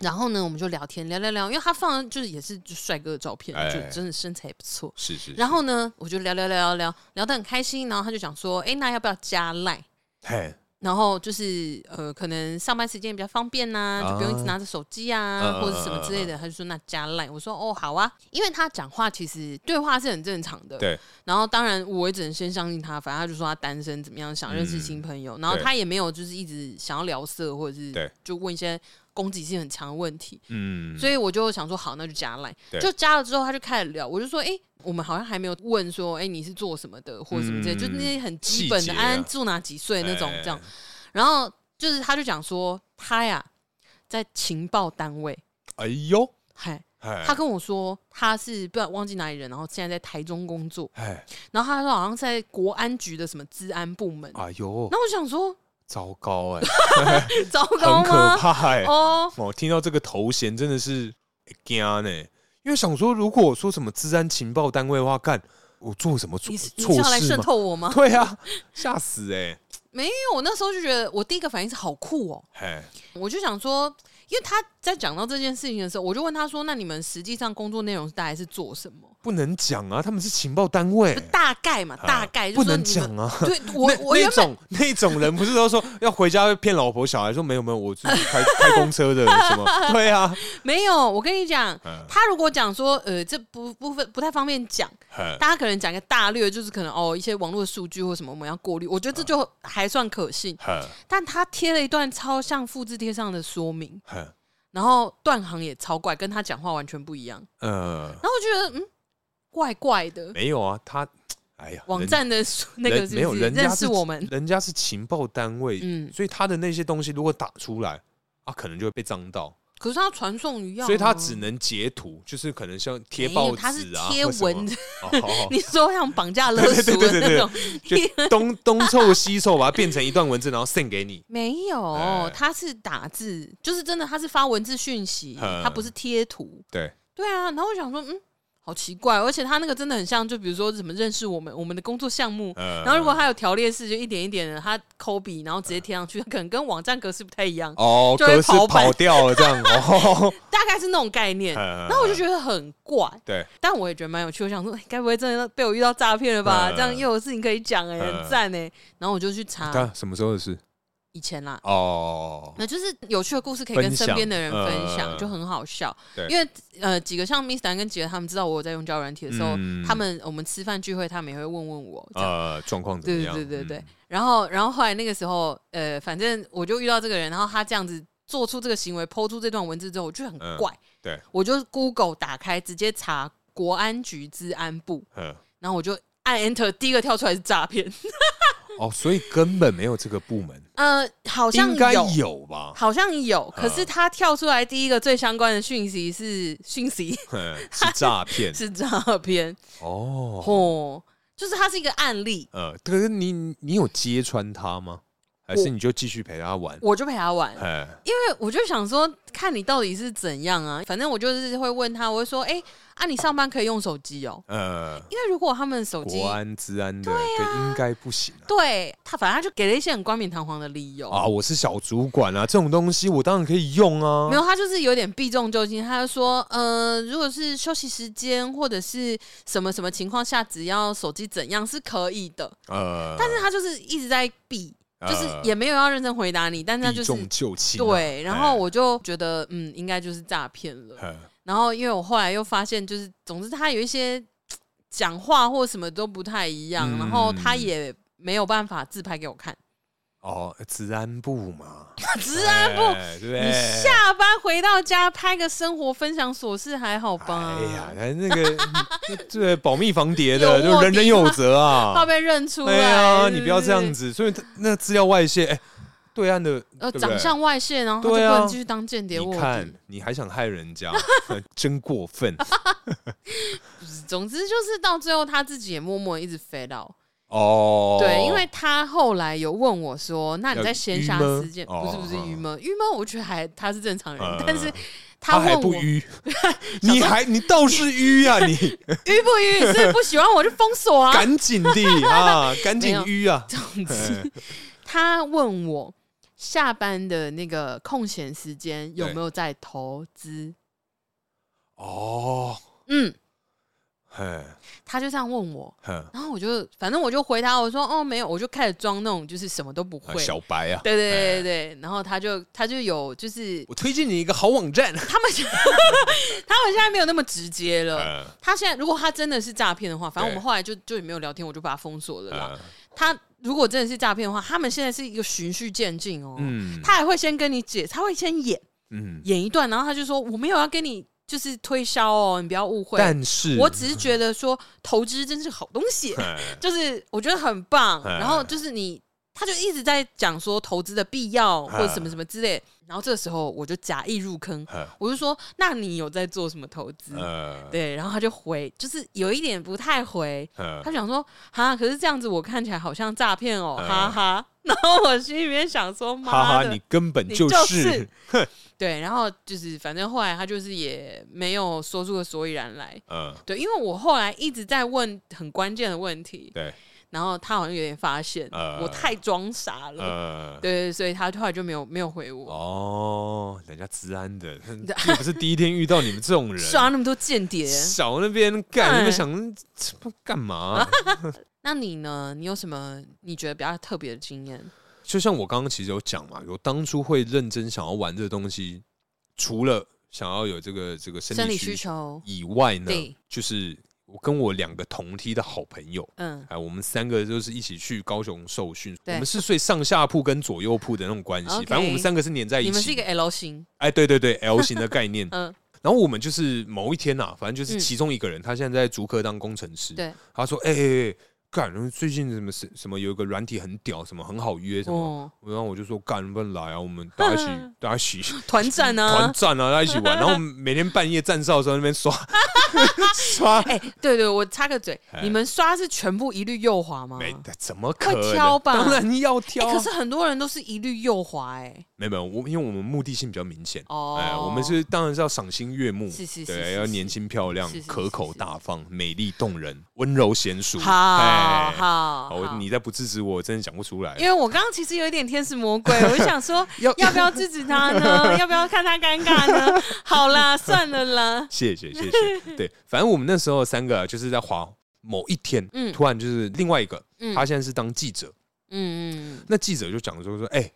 Speaker 2: 然后呢，我们就聊天聊聊聊，因为他放的就是也是就帅哥的照片，
Speaker 1: 哎
Speaker 2: 就真的身材也不错。
Speaker 1: 是是，
Speaker 2: 然
Speaker 1: 后
Speaker 2: 后呢，我就聊聊聊聊聊聊得很开心，然后他就讲说，哎，那要不要加赖？
Speaker 1: 嘿，
Speaker 2: 然后就是呃，可能上班时间比较方便呐、
Speaker 1: 啊
Speaker 2: 就不用一直拿着手机啊，
Speaker 1: 嗯嗯嗯
Speaker 2: 或者什么之类的。他就说那加 line，我说哦好啊，因为他讲话其实对话是很正常的。
Speaker 1: 对。
Speaker 2: 然后当然我也只能先相信他，反正他就说他单身怎么样，想认识新朋友。然后
Speaker 1: 嗯对
Speaker 2: 他也没有就是一直想要聊色，或者
Speaker 1: 对
Speaker 2: 是就问一些攻击性很强的问题。
Speaker 1: 嗯，
Speaker 2: 所以我就想说，好，那就加 line，
Speaker 1: 对
Speaker 2: 就加了之后，他就开始聊，我就说，哎、我们好像还没有问说，哎、你是做什么的，或者什么之类，
Speaker 1: 嗯
Speaker 2: 就是那些很基本
Speaker 1: 细
Speaker 2: 的，
Speaker 1: 节啊
Speaker 2: 安安住哪几岁那种
Speaker 1: 哎
Speaker 2: 这样。然后就是他就讲说，他呀在情报单位，
Speaker 1: 哎呦，
Speaker 2: 嗨，
Speaker 1: 哎，
Speaker 2: 他跟我说他是不知道忘记哪里人，然后现在在台中工作，
Speaker 1: 哎，
Speaker 2: 然后他说好像是在国安局的什么治安部门。
Speaker 1: 哎呦，
Speaker 2: 那我想说，
Speaker 1: 糟糕哎，
Speaker 2: 糟糕
Speaker 1: 很可
Speaker 2: 吗？
Speaker 1: 怕哎。
Speaker 2: 哦，
Speaker 1: 我听到这个头衔真的是欸惊呢，因为想说，如果说什么治安情报单位的话，干我做什么错
Speaker 2: 你是你是
Speaker 1: 错
Speaker 2: 要来
Speaker 1: 事
Speaker 2: 渗
Speaker 1: 吗？
Speaker 2: 透我吗？
Speaker 1: 对啊，吓死哎、
Speaker 2: 因为我那时候就觉得，我第一个反应是好酷哦，
Speaker 1: 欸！
Speaker 2: 我就想说，因为他在讲到这件事情的时候，我就问他说：“那你们实际上工作内容大概是做什么
Speaker 1: 不能讲啊，他们是情报单位，？”
Speaker 2: 大概嘛，
Speaker 1: 啊
Speaker 2: 大概就
Speaker 1: 不
Speaker 2: 是说
Speaker 1: 能
Speaker 2: 你
Speaker 1: 讲
Speaker 2: 们。
Speaker 1: 啊。
Speaker 2: 对我
Speaker 1: 那，
Speaker 2: 我原
Speaker 1: 那种那种人不是都说要回家会骗老婆小孩，说没有没有，我自己开开公车的什么？对啊，
Speaker 2: 没有。我跟你讲，
Speaker 1: 嗯
Speaker 2: 他如果讲说，呃，这不部分不太方便讲，
Speaker 1: 嗯
Speaker 2: 大家可能讲个大略，就是可能哦一些网络数据或什么我们要过滤，我觉得这就还算可信。
Speaker 1: 嗯
Speaker 2: 但他贴了一段超像复制贴上的说明，
Speaker 1: 嗯
Speaker 2: 然后断行也超怪，跟他讲话完全不一样。
Speaker 1: 呃，
Speaker 2: 然后我觉得，嗯，怪怪的。
Speaker 1: 没有啊，他哎呀，
Speaker 2: 网
Speaker 1: 人
Speaker 2: 站的数那个
Speaker 1: 人
Speaker 2: 是
Speaker 1: 没有
Speaker 2: 不是
Speaker 1: 人家
Speaker 2: 认
Speaker 1: 是
Speaker 2: 识我们？
Speaker 1: 人家是情报单位，
Speaker 2: 嗯，
Speaker 1: 所以他的那些东西如果打出来啊，可能就会被脏到，
Speaker 2: 可是他传送鱼要啊，
Speaker 1: 所以他只能截图，就是可能像贴
Speaker 2: 没有
Speaker 1: 报
Speaker 2: 他是
Speaker 1: 纸啊，
Speaker 2: 贴
Speaker 1: 或什么
Speaker 2: 文的。
Speaker 1: 哦好好
Speaker 2: 你说像绑架勒索
Speaker 1: 对对对
Speaker 2: 的
Speaker 1: 对对
Speaker 2: 那种，
Speaker 1: 就东东凑西凑，把它变成一段文字，然后 send 给你。
Speaker 2: 没
Speaker 1: 哎
Speaker 2: 有，他是打字，就是真的，他是发文字讯息，
Speaker 1: 嗯
Speaker 2: 他不是贴图。
Speaker 1: 对，
Speaker 2: 对啊，然后我想说，嗯，好奇怪，而且他那个真的很像，就比如说怎么认识我们，我们的工作项目。
Speaker 1: 呃
Speaker 2: 然后如果他有条列式，就一点一点的，他抠笔，然后直接贴上去，他可能跟网站格式不太一 样，
Speaker 1: 哦，
Speaker 2: 就会
Speaker 1: 格式
Speaker 2: 跑版
Speaker 1: 跑掉了这样 哦，
Speaker 2: 大概是那种概念。
Speaker 1: 然
Speaker 2: 然后我就觉得很怪，
Speaker 1: 对，
Speaker 2: 但我也觉得蛮有趣。我想说，哎该不会真的被我遇到诈骗了吧？
Speaker 1: 嗯
Speaker 2: 这样又有事情可以讲，哎，
Speaker 1: 嗯
Speaker 2: 很赞哎。然后我就去查
Speaker 1: 他啊什么时候的事？
Speaker 2: 以前啦，
Speaker 1: 哦，
Speaker 2: 那就是有趣的故事可以跟
Speaker 1: 分享
Speaker 2: 身边的人分
Speaker 1: 嗯
Speaker 2: 享，就很好笑
Speaker 1: 对。
Speaker 2: 因为呃，几个像 Miss Dan 跟杰他们知道我有在用交友软体的时候
Speaker 1: 嗯，
Speaker 2: 他们我们吃饭聚会，他们也会问问我这样。
Speaker 1: 呃，状况怎么
Speaker 2: 对
Speaker 1: 样？
Speaker 2: 对对对对
Speaker 1: 嗯，。
Speaker 2: 然后然后后来那个时候，呃，反正我就遇到这个人，然后他这样子做出这个行为，抛出这段文字之后，我就很
Speaker 1: 嗯
Speaker 2: 怪。
Speaker 1: 对，
Speaker 2: 我就 Google 打开，直接查国安局治安部，
Speaker 1: 嗯，
Speaker 2: 然后我就按 Enter，第一个跳出来是诈骗。
Speaker 1: 哦，所以根本没有这个部门，
Speaker 2: 呃，好像
Speaker 1: 应该
Speaker 2: 有，
Speaker 1: 有嗯吧？
Speaker 2: 好像有，可是他跳出来第一个最相关的讯息是 讯息
Speaker 1: 嗯是诈骗
Speaker 2: 是诈骗
Speaker 1: 哦。
Speaker 2: 哦，就是它是一个案例，
Speaker 1: 呃，可是你你有揭穿他吗？还是
Speaker 2: 我
Speaker 1: 你就继续陪他玩？
Speaker 2: 我就陪他玩，
Speaker 1: 哎，
Speaker 2: 因为我就想说看你到底是怎样啊，反正我就是会问他，我会说，哎、啊，你上班可以用手机哦，
Speaker 1: 呃，
Speaker 2: 因为如果他们手机
Speaker 1: 国安治安
Speaker 2: 啊
Speaker 1: 的，对，应该不行啊。
Speaker 2: 对他，反正他就给了一些很冠冕堂皇的理由
Speaker 1: 啊，我是小主管啊，这种东西我当然可以用啊。
Speaker 2: 没有，他就是有点避重就轻。他就说，呃，如果是休息时间或者是什么什么情况下，只要手机怎样是可以的。
Speaker 1: 呃，
Speaker 2: 但是他就是一直在避，就是
Speaker 1: 呃
Speaker 2: 也没有要认真回答你，但是他
Speaker 1: 避
Speaker 2: 就是
Speaker 1: 重就轻啊。
Speaker 2: 对。然后
Speaker 1: 哎
Speaker 2: 我就觉得，嗯，应该就是诈骗了。
Speaker 1: 呃
Speaker 2: 然后因为我后来又发现，就是总之他有一些嘖讲话或什么都不太一样，然后他
Speaker 1: 嗯
Speaker 2: 也没有办法自拍给 我看。
Speaker 1: 哦，治安部嘛，
Speaker 2: 治安部
Speaker 1: 哎对不对？
Speaker 2: 你下班回到家拍个生活分享琐事还好吧？
Speaker 1: 哎呀，哎那个 对保密防谍的，
Speaker 2: 有
Speaker 1: 就
Speaker 2: 卧
Speaker 1: 人人
Speaker 2: 底
Speaker 1: 有
Speaker 2: 吗
Speaker 1: 责
Speaker 2: 怕
Speaker 1: 啊。
Speaker 2: 被认出来。
Speaker 1: 对啊，你
Speaker 2: 是
Speaker 1: 不要这样
Speaker 2: 是。
Speaker 1: 子。所以他那资料外泄，哎，对岸的
Speaker 2: 呃，
Speaker 1: 对不对
Speaker 2: 长相外泄，然后他就不
Speaker 1: 对啊
Speaker 2: 能继续当间谍卧
Speaker 1: 你
Speaker 2: 底。
Speaker 1: 看，你还想害人 家，真过分
Speaker 2: 总之就是到最后他自己也默默一直飞到。
Speaker 1: 哦！
Speaker 2: 对，因为他后来有问我说：“那你
Speaker 1: 要
Speaker 2: 在闲暇
Speaker 1: 郁闷
Speaker 2: 时间
Speaker 1: 哦
Speaker 2: 不是不是
Speaker 1: 哦
Speaker 2: 郁闷？郁闷我觉得还他是正常人，
Speaker 1: 嗯
Speaker 2: 但是
Speaker 1: 他还
Speaker 2: 问
Speaker 1: 不
Speaker 2: 我
Speaker 1: 淤，你还你倒是淤啊！你
Speaker 2: 郁不郁，是不喜欢我就封锁 啊。
Speaker 1: 赶紧的啊，赶紧
Speaker 2: 没有
Speaker 1: 淤啊！
Speaker 2: 总之，他问我下班的那个空闲时间有
Speaker 1: 对
Speaker 2: 没有在投资？
Speaker 1: 哦，
Speaker 2: 嗯，
Speaker 1: 嘿，
Speaker 2: 他就这样问我，
Speaker 1: 嘿啊
Speaker 2: 然后我就反正我就回答我说哦没有，我就开始装那种就是什么都不会，
Speaker 1: 小白啊，
Speaker 2: 对对对对对，然后他就他就有就是
Speaker 1: 我推荐你一个好网站。
Speaker 2: 他们现 他们现在没有那么直接了。
Speaker 1: 嗯
Speaker 2: 他现在如果他真的是诈骗的话，反正我们
Speaker 1: 对
Speaker 2: 后来就就也没有聊天，我就把他封锁了啦。
Speaker 1: 嗯
Speaker 2: 他如果真的是诈骗的话，他们现在是一个循序渐进哦。
Speaker 1: 嗯
Speaker 2: 他还会先跟你解，他会先演
Speaker 1: 嗯，
Speaker 2: 演一段，然后他就说我没有要跟你就是推销哦，你不要误会。
Speaker 1: 但是
Speaker 2: 我只是觉得说投资真是好东西，
Speaker 1: 嗯
Speaker 2: 就是我觉得很棒。
Speaker 1: 嗯
Speaker 2: 然后就是你，他就一直在讲说投资的必要或者什么什么之类。然后这时候我就假意入坑，
Speaker 1: 嗯
Speaker 2: 我就说：“那你有在做什么投资？”
Speaker 1: 呃
Speaker 2: 对，然后他就回，就是有一点不太回。
Speaker 1: 嗯
Speaker 2: 他想说：“哈，可是这样子我看起来好像诈骗哦，
Speaker 1: 嗯
Speaker 2: 哈哈。”然后我心里面想说：“妈的，
Speaker 1: 哈哈，你根本
Speaker 2: 你
Speaker 1: 就是
Speaker 2: 对。”然后就是反正后来他就是也没有说出个所以然来。
Speaker 1: 嗯，
Speaker 2: 对，因为我后来一直在问很关键的问题，
Speaker 1: 对，
Speaker 2: 然后他好像有点发现、
Speaker 1: 呃
Speaker 2: 我太装傻了，
Speaker 1: 呃，
Speaker 2: 对对，所以他后来就没有没有回我，
Speaker 1: 哦，人家治安的，又不是第一天遇到你们这种人，
Speaker 2: 刷啊那么多间谍。
Speaker 1: 少那边干，你
Speaker 2: 哎
Speaker 1: 们想这不干
Speaker 2: 啊
Speaker 1: 嘛？
Speaker 2: 那你呢？你有什么你觉得比较特别的经验？
Speaker 1: 就像我刚刚其实有讲嘛，我当初会认真想要玩这个东西，除了想要有这个这个
Speaker 2: 生
Speaker 1: 生
Speaker 2: 理
Speaker 1: 理
Speaker 2: 需
Speaker 1: 需求
Speaker 2: 求，
Speaker 1: 以外呢
Speaker 2: 对，
Speaker 1: 就是我跟我两个同梯的好朋友。
Speaker 2: 嗯，
Speaker 1: 哎，我们三个就是一起去高雄受训，我
Speaker 2: 对
Speaker 1: 们是睡上下铺跟左右铺的那种关系
Speaker 2: OK
Speaker 1: 反正我们三个是黏在一
Speaker 2: 你们是一
Speaker 1: 起
Speaker 2: 个。L 型，。
Speaker 1: 哎，对对对，L 型的概念
Speaker 2: 嗯，
Speaker 1: 然后我们就是某一天呐、反正就是
Speaker 2: 嗯
Speaker 1: 其中一个人，他现在在竹科当工程师，
Speaker 2: 对，
Speaker 1: 他说：“哎、哎哎干，最近什么什什么有一个软体很屌，什么很好约什么。
Speaker 2: 哦，
Speaker 1: 然后我就说：“干，不然来啊，我们大家 一起，大家一起
Speaker 2: 团战
Speaker 1: 团
Speaker 2: 呢？
Speaker 1: 战啊，大家一起玩。” 然后我们每天半夜站哨的时候在那边刷刷，
Speaker 2: 哎，对对，我插个嘴
Speaker 1: 哎，
Speaker 2: 你们刷是全部一律右滑吗？
Speaker 1: 没哎怎么可能？
Speaker 2: 嗯会挑吧
Speaker 1: 当然要挑
Speaker 2: 哎，
Speaker 1: 啊。
Speaker 2: 可是很多人都是一律右滑，哎，
Speaker 1: 没有没有，我因为我们目的性比较明显。
Speaker 2: 哦，
Speaker 1: 哎，我们是当然是要赏心悦目，
Speaker 2: 是是是
Speaker 1: 对，
Speaker 2: 是
Speaker 1: 要
Speaker 2: 是
Speaker 1: 年轻漂亮
Speaker 2: 是是、是
Speaker 1: 可口
Speaker 2: 是
Speaker 1: 大方、美丽动人、温柔娴熟。
Speaker 2: 好
Speaker 1: 哎
Speaker 2: 好，
Speaker 1: 我
Speaker 2: 好
Speaker 1: 你再不制止我，我真的讲不出来
Speaker 2: 因。为我刚刚其实有一点天使魔鬼，我就想说
Speaker 1: 要
Speaker 2: 要不要制止他呢？要不要看他尴尬
Speaker 1: 嗯
Speaker 2: 呢？好啦，算了啦。
Speaker 1: 谢谢谢 谢。对，反正我们那时候三个就是在滑某一天，
Speaker 2: 嗯
Speaker 1: 突然就是另外一个，
Speaker 2: 嗯
Speaker 1: 他现在是当记者，
Speaker 2: 嗯嗯
Speaker 1: 那记者就讲说说，哎、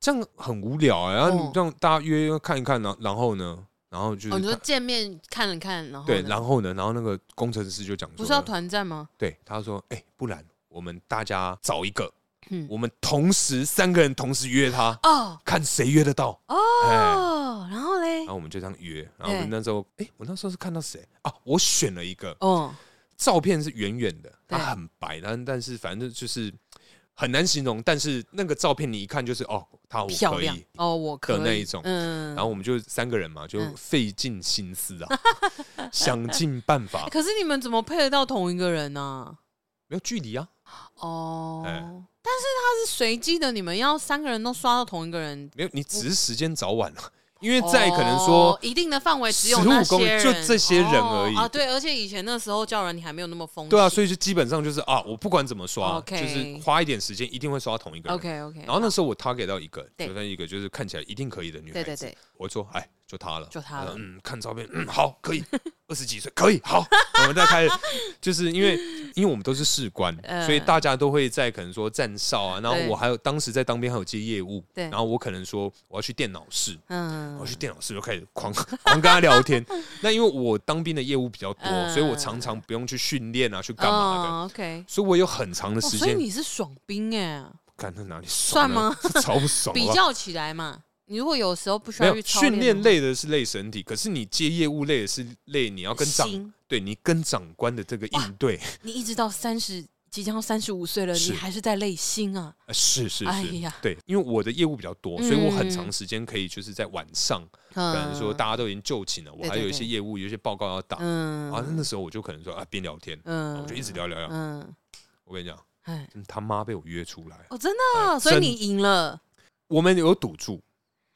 Speaker 1: 这样很无聊啊，然后
Speaker 2: 哦
Speaker 1: 你让大家约约看一看，然后然后呢，然后就是
Speaker 2: 嗯，哦，你说
Speaker 1: 看
Speaker 2: 见面看了看，然后
Speaker 1: 对，
Speaker 2: 呢
Speaker 1: 然后呢，然后那个工程师就讲
Speaker 2: 不
Speaker 1: 说
Speaker 2: 是要
Speaker 1: 呢，
Speaker 2: 团战吗？
Speaker 1: 对，他说，哎、不然我们大家找一个，
Speaker 2: 嗯
Speaker 1: 我们同时三个人同时约他，
Speaker 2: 哦
Speaker 1: 看谁约得到。哎
Speaker 2: 哦，然后嘞
Speaker 1: 然，后我们就这样约，然后我们
Speaker 2: 对
Speaker 1: 那时候，哎、我那时候是看到谁啊？我选了一个，
Speaker 2: 哦，
Speaker 1: 照片是远远的，它
Speaker 2: 对
Speaker 1: 很白，但但是反正就是很难形容。但是那个照片你一看就是哦，它我
Speaker 2: 漂
Speaker 1: 可
Speaker 2: 亮
Speaker 1: 以。
Speaker 2: 哦，我可以
Speaker 1: 的那一种
Speaker 2: 嗯
Speaker 1: 然后我们就三个人嘛，就
Speaker 2: 嗯
Speaker 1: 费尽心思啊， 想尽办法
Speaker 2: 哎，可是你们怎么配得到同一个人呢？
Speaker 1: 没有距离啊。
Speaker 2: 哦，
Speaker 1: 哎
Speaker 2: 但是他是随机的，你们要三个人都刷到同一个人，
Speaker 1: 没有，你只是时间早晚啊， 因为在可能说
Speaker 2: 哦、一定的范围只有
Speaker 1: 15
Speaker 2: 那
Speaker 1: 公里
Speaker 2: 些人，
Speaker 1: 就这些人而已
Speaker 2: 哦啊。对，而且以前那时候叫人你还没有那么风
Speaker 1: 对啊，
Speaker 2: 以
Speaker 1: 所以就基本上就是啊，我不管怎么刷，就
Speaker 2: OK
Speaker 1: 是花一点时间一定会刷到同一个人。
Speaker 2: OK OK，
Speaker 1: 然后那时候我 target 到一个，
Speaker 2: 对
Speaker 1: 就算一个就是看起来一定可以的女孩
Speaker 2: 对
Speaker 1: 子，
Speaker 2: 对对，
Speaker 1: 我说哎，就她了，
Speaker 2: 就她了
Speaker 1: 嗯，看照片，嗯，好， 可以，二十几岁可以，好，我们再开始，就是因为因为我们都是士官，
Speaker 2: 嗯
Speaker 1: 所以大家都会在可能说站哨啊，然后
Speaker 2: 对
Speaker 1: 我还有当时在当兵还有接业务，
Speaker 2: 对
Speaker 1: 然后我可能说我要去电脑室。
Speaker 2: 嗯
Speaker 1: 我去电脑室就开始狂狂跟他聊天。那因为我当兵的业务比较多，
Speaker 2: 嗯
Speaker 1: 所以我常常不用去训练啊，去干嘛的，
Speaker 2: 嗯？OK，
Speaker 1: 所以我有很长的
Speaker 2: 哦
Speaker 1: 时
Speaker 2: 所以
Speaker 1: 间。
Speaker 2: 你是爽兵哎，
Speaker 1: 干那哪里
Speaker 2: 算
Speaker 1: 爽啊？ 超不爽好不
Speaker 2: 比
Speaker 1: 好。
Speaker 2: 较起来嘛，你如果有时候不需
Speaker 1: 没
Speaker 2: 要
Speaker 1: 有
Speaker 2: 去操
Speaker 1: 训练
Speaker 2: 的
Speaker 1: 累的是累身体，可是你接业务累的是累，你要跟长
Speaker 2: 心
Speaker 1: 对你跟长官的这个应对，
Speaker 2: 话，你一直到三十。即将三十五岁了，
Speaker 1: 是
Speaker 2: 你还是在累心啊！
Speaker 1: 呃是是
Speaker 2: 哎
Speaker 1: 是
Speaker 2: 呀，
Speaker 1: 对，因为我的业务比较多，
Speaker 2: 嗯
Speaker 1: 所以我很长时间可以就是在晚上，
Speaker 2: 可
Speaker 1: 可能说大家都已经就寝了，我
Speaker 2: 对
Speaker 1: 还
Speaker 2: 对
Speaker 1: 有一些
Speaker 2: 对
Speaker 1: 业务，有一些报告要打啊，
Speaker 2: 嗯
Speaker 1: 那时候我就可能说啊边聊天，
Speaker 2: 嗯
Speaker 1: 我就一直聊聊聊，
Speaker 2: 嗯，
Speaker 1: 我跟你讲，
Speaker 2: 哎，
Speaker 1: 嗯他妈被我约出来，
Speaker 2: 哦，真的
Speaker 1: 哎
Speaker 2: 哦，所以
Speaker 1: 真
Speaker 2: 你赢了，
Speaker 1: 我们有赌注，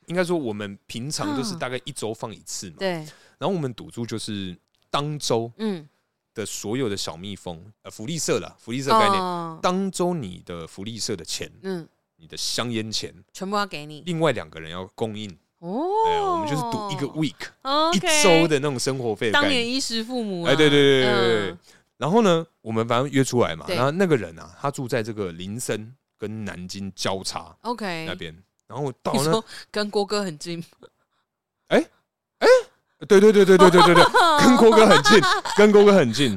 Speaker 1: 应该说我们平常就是
Speaker 2: 嗯
Speaker 1: 大概一周放一次嘛，
Speaker 2: 对，
Speaker 1: 然后我们赌注就是当周
Speaker 2: 嗯，
Speaker 1: 的所有的小蜜蜂，呃，福利社啦，福利社概念，
Speaker 2: 哦，
Speaker 1: 当周你的福利社的钱，
Speaker 2: 嗯，
Speaker 1: 你的香烟钱，
Speaker 2: 全部要给你
Speaker 1: 另外两个人要供应，哎，我们就是赌一个 week，一周的那种生活费的概
Speaker 2: 哦当
Speaker 1: 念
Speaker 2: 年。衣食父母、啊，
Speaker 1: 哎，对对对对对对
Speaker 2: 嗯。
Speaker 1: 然后呢，我们反正约出来嘛，
Speaker 2: 对
Speaker 1: 然后那个人啊，他住在这个林森跟南京交叉
Speaker 2: OK，
Speaker 1: 那边，然后到
Speaker 2: 哎你
Speaker 1: 那
Speaker 2: 说跟郭哥很近，
Speaker 1: 对对对对对对对对，跟郭哥很近，跟郭哥很近。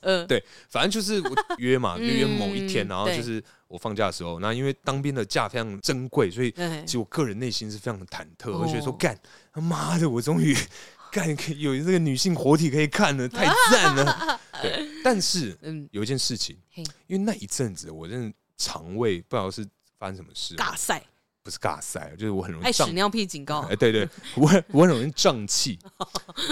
Speaker 2: 呃，
Speaker 1: 对，反正就是我约嘛，
Speaker 2: 嗯
Speaker 1: 约约某一天，然后
Speaker 2: 对
Speaker 1: 就是我放假的时候，那因为当兵的假非常珍贵，所以
Speaker 2: 对
Speaker 1: 其实我个人内心是非常的忐忑，
Speaker 2: 哦
Speaker 1: 我觉得说干他妈的，我终于干可以有这个女性活体可以看了，太赞了。对，但是
Speaker 2: 嗯，
Speaker 1: 有一件事情
Speaker 2: 嘿，
Speaker 1: 因为那一阵子我真的肠胃不知道是发生什么事，
Speaker 2: 尬赛，
Speaker 1: 不是尬塞，就是我很容易
Speaker 2: 爱
Speaker 1: 胀
Speaker 2: 屎尿屁警告
Speaker 1: 哎、。对对，我很我很容易胀气，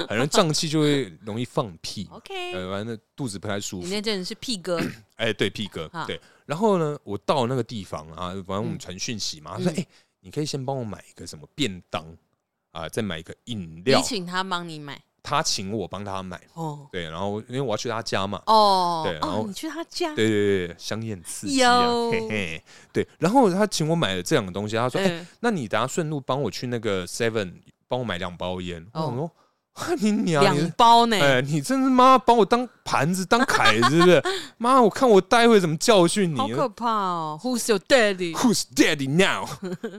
Speaker 1: 很容易胀气就会容易放屁，
Speaker 2: OK，
Speaker 1: 呃，完了肚子不太舒
Speaker 2: 你
Speaker 1: 服。
Speaker 2: 那阵是屁哥，
Speaker 1: 哎、对，屁哥
Speaker 2: 啊，
Speaker 1: 对。然后呢，我到那个地方啊，反正我们
Speaker 2: 嗯
Speaker 1: 传讯息嘛，他
Speaker 2: 嗯
Speaker 1: 说：“哎、你可以先帮我买一个什么便当啊、再买一个饮
Speaker 2: 你
Speaker 1: 料。
Speaker 2: 请他帮你买
Speaker 1: 他请我帮他买，
Speaker 2: 哦
Speaker 1: 对。然后因为我要去他家嘛，
Speaker 2: 哦，
Speaker 1: 对然后
Speaker 2: 哦，你去他家，
Speaker 1: 对对对，香艳刺激啊，
Speaker 2: 有
Speaker 1: 嘿嘿。对，然后他请我买了这两个东西，他说：“哎、
Speaker 2: 嗯，
Speaker 1: 那你等下顺路帮我去那个 Seven 帮我买两包烟。
Speaker 2: 哦
Speaker 1: 我想说，你娘，你
Speaker 2: 两包呢，
Speaker 1: 哎、你真是妈把我当盘子当凯子，是不是？妈，我看我待会怎么教训你
Speaker 2: 好可怕哦！Who's your daddy？
Speaker 1: ，Who's daddy now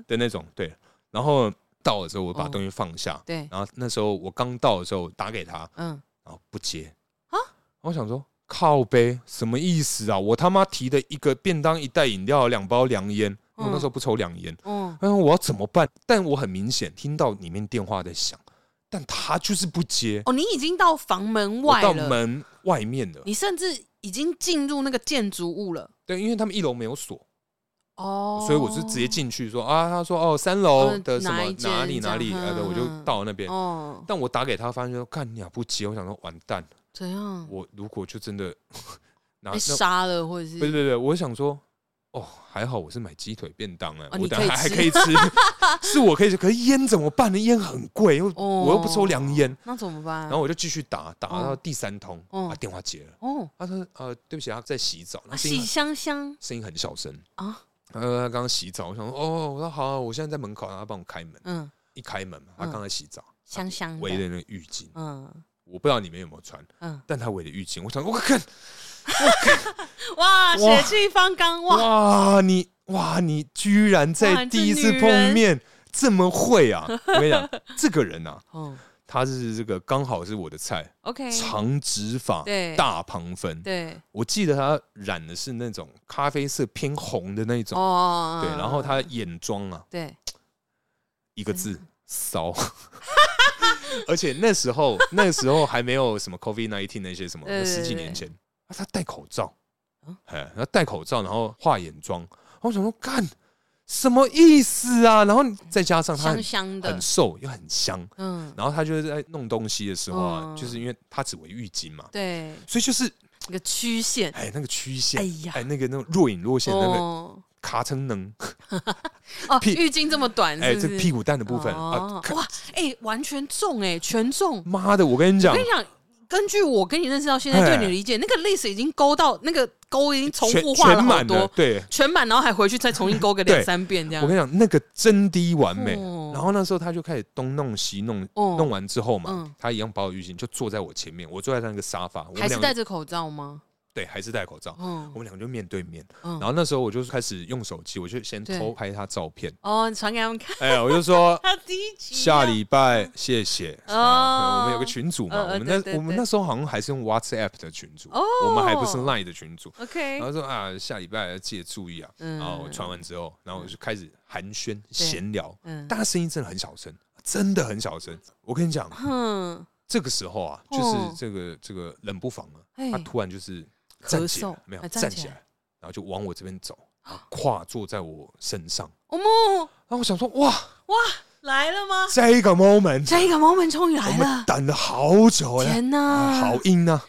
Speaker 1: 的那种。对，然后到的时候
Speaker 2: 哦
Speaker 1: 我把东西放下，
Speaker 2: 对，
Speaker 1: 然后那时候我刚到的时候打给他，
Speaker 2: 嗯，
Speaker 1: 然后不接
Speaker 2: 啊
Speaker 1: 啊，我想说靠呗，什么意思啊？我他妈提的一个便当、一袋饮料、两包凉烟，因为我
Speaker 2: 嗯
Speaker 1: 那时候不抽凉烟。
Speaker 2: 哦，
Speaker 1: 嗯，我要怎么办？但我很明显听到里面电话在响，但他就是不接，
Speaker 2: 哦，你已经到房门
Speaker 1: 我
Speaker 2: 外
Speaker 1: 到
Speaker 2: 了，
Speaker 1: 门外面了。
Speaker 2: 你甚至已经进入那个建筑物了，
Speaker 1: 对，因为他们一楼没有锁，
Speaker 2: 哦，
Speaker 1: 所以我是直接进去说啊，他说哦，三楼
Speaker 2: 嗯
Speaker 1: 的什
Speaker 2: 哪
Speaker 1: 么
Speaker 2: 一间
Speaker 1: 哪里哪里，
Speaker 2: 这样
Speaker 1: 呃，对，我就
Speaker 2: 嗯
Speaker 1: 到那边。
Speaker 2: 哦，
Speaker 1: 但我打给他，发现说看你啊不接，我想说完蛋，
Speaker 2: 怎样？
Speaker 1: 我如果就真的 拿
Speaker 2: 嗯被
Speaker 1: 那
Speaker 2: 杀了，或者是
Speaker 1: 不是不是，不是我想说，哦，还好我是买鸡腿便当哎、
Speaker 2: 哦
Speaker 1: 我
Speaker 2: 你
Speaker 1: 等
Speaker 2: 可以
Speaker 1: 下还
Speaker 2: 吃
Speaker 1: 可以吃，是我可以吃， 可是烟怎么办呢？烟很贵，又、
Speaker 2: 哦
Speaker 1: 我又不抽凉烟，
Speaker 2: 那怎么办？啊
Speaker 1: 然后我就继续打，打
Speaker 2: 嗯哦
Speaker 1: 到第三通，啊
Speaker 2: 哦
Speaker 1: 把、电话接了，
Speaker 2: 哦，
Speaker 1: 他说呃，对不起，他在洗澡，然后
Speaker 2: 啊
Speaker 1: 声音
Speaker 2: 喜
Speaker 1: 很
Speaker 2: 香香
Speaker 1: 声音很小声
Speaker 2: 啊
Speaker 1: 啊。呃，他刚刚洗澡，我想说，哦，我说好、啊，我现在在门口，然后他帮我开门。
Speaker 2: 嗯，
Speaker 1: 一开门嘛，他
Speaker 2: 嗯
Speaker 1: 刚才洗澡，
Speaker 2: 香香
Speaker 1: 围的
Speaker 2: 的，
Speaker 1: 那个浴巾，
Speaker 2: 嗯
Speaker 1: 我不知道你们有没有穿，
Speaker 2: 嗯，
Speaker 1: 但他围的浴巾，我想，我看，
Speaker 2: 哇，血
Speaker 1: 哇
Speaker 2: 气方刚，哇，
Speaker 1: 哇，你哇，你居然
Speaker 2: 哇
Speaker 1: 在
Speaker 2: 你
Speaker 1: 第一
Speaker 2: 这
Speaker 1: 次
Speaker 2: 女
Speaker 1: 碰
Speaker 2: 人
Speaker 1: 面这么会 啊！我跟你讲，这个人啊，
Speaker 2: 哦
Speaker 1: 他是这个刚好是我的菜，
Speaker 2: ，OK，
Speaker 1: 长直发，
Speaker 2: 对
Speaker 1: 大旁分。
Speaker 2: 对，
Speaker 1: 我记得他染的是那种咖啡色偏红的那种，
Speaker 2: 哦，嗯
Speaker 1: 对，然后他眼妆啊，
Speaker 2: 对，
Speaker 1: 一个
Speaker 2: 嗯
Speaker 1: 字骚。 而且那时 候，那时候还没有什么 COVID nineteen 那些什么，
Speaker 2: 对对对
Speaker 1: 十几年前，啊他戴口罩
Speaker 2: 嗯，
Speaker 1: 哎，他戴口罩，然后化眼妆，然后我想说，干什么意思啊？然后再加上他
Speaker 2: 香
Speaker 1: 很
Speaker 2: 香的
Speaker 1: 很，瘦又很香，
Speaker 2: 嗯，
Speaker 1: 然后他就是在弄东西的时候啊
Speaker 2: 嗯，
Speaker 1: 就是因为他只围浴巾嘛，
Speaker 2: 对，
Speaker 1: 所以就是
Speaker 2: 一个曲线，
Speaker 1: 哎那个曲
Speaker 2: 哎
Speaker 1: 线，
Speaker 2: 呀
Speaker 1: 哎那个那种若隐若现的那个
Speaker 2: 哦
Speaker 1: 咔蹭能，
Speaker 2: 哦，
Speaker 1: 屁
Speaker 2: 浴巾这么短，
Speaker 1: 哎
Speaker 2: 是不
Speaker 1: 这
Speaker 2: 是
Speaker 1: 屁股蛋的部分啊，
Speaker 2: 哦
Speaker 1: 看
Speaker 2: 哇，哎，完全中，哎，全中，
Speaker 1: 妈的，我跟你讲
Speaker 2: 我跟，你讲。根据我跟你认识到现在，对
Speaker 1: 哎
Speaker 2: 你的理解，那个 list 已经勾到那个勾已经重
Speaker 1: 全
Speaker 2: 复画了
Speaker 1: 全
Speaker 2: 好
Speaker 1: 满了
Speaker 2: 多，，
Speaker 1: 对。
Speaker 2: 全满，然后还回去再重新勾个
Speaker 1: 对
Speaker 2: 两三遍这样
Speaker 1: 我。跟你讲，那个真的完美。
Speaker 2: 哦
Speaker 1: 然后那时候他就开始东弄西弄，
Speaker 2: 哦
Speaker 1: 弄完之后嘛，
Speaker 2: 嗯
Speaker 1: 他一样把我浴巾就坐在我前面，我坐在那个沙发，我们
Speaker 2: 还是
Speaker 1: 两
Speaker 2: 戴
Speaker 1: 个
Speaker 2: 着口罩吗？
Speaker 1: 对还是戴口罩，
Speaker 2: 嗯
Speaker 1: 我，们两个就面对面。
Speaker 2: 嗯
Speaker 1: 然后那时候我就开始用手机，我就先
Speaker 2: 对
Speaker 1: 偷拍他照 片，
Speaker 2: 哦，你传给他们看，
Speaker 1: 哎，我就说
Speaker 2: 他第一集
Speaker 1: 下礼拜谢谢。
Speaker 2: 哦
Speaker 1: 啊我们有个群组嘛，
Speaker 2: 呃呃
Speaker 1: 我们那
Speaker 2: 对对对
Speaker 1: 我们那时候好像还是用 WhatsApp 的群组，
Speaker 2: 哦
Speaker 1: 我们还不是 Line 的群组。
Speaker 2: OK，
Speaker 1: 然后说啊，下礼拜要记得注意啊。
Speaker 2: 嗯
Speaker 1: 然后我传完之后，然后我就开始寒暄闲聊，
Speaker 2: 嗯
Speaker 1: 但他声音真的很小声，真的很小声。我跟你讲，
Speaker 2: 哼，
Speaker 1: 这个时候啊，
Speaker 2: 哦
Speaker 1: 就是这个这个冷不防啊，
Speaker 2: 哎
Speaker 1: 他突然就是
Speaker 2: 咳
Speaker 1: 站起来
Speaker 2: 嗽，
Speaker 1: 没有
Speaker 2: 哎站
Speaker 1: 站
Speaker 2: 起
Speaker 1: 起
Speaker 2: 来
Speaker 1: 来，然后就往我这边 走，然后跨坐在我身上。
Speaker 2: 哦莫
Speaker 1: 然后我想说，哇，
Speaker 2: 来了吗？
Speaker 1: 这个 moment
Speaker 2: 这个 moment 终于
Speaker 1: 我
Speaker 2: 来
Speaker 1: 们
Speaker 2: 了，
Speaker 1: 等了好久了，
Speaker 2: 天
Speaker 1: 啊
Speaker 2: 哪，
Speaker 1: 好硬啊，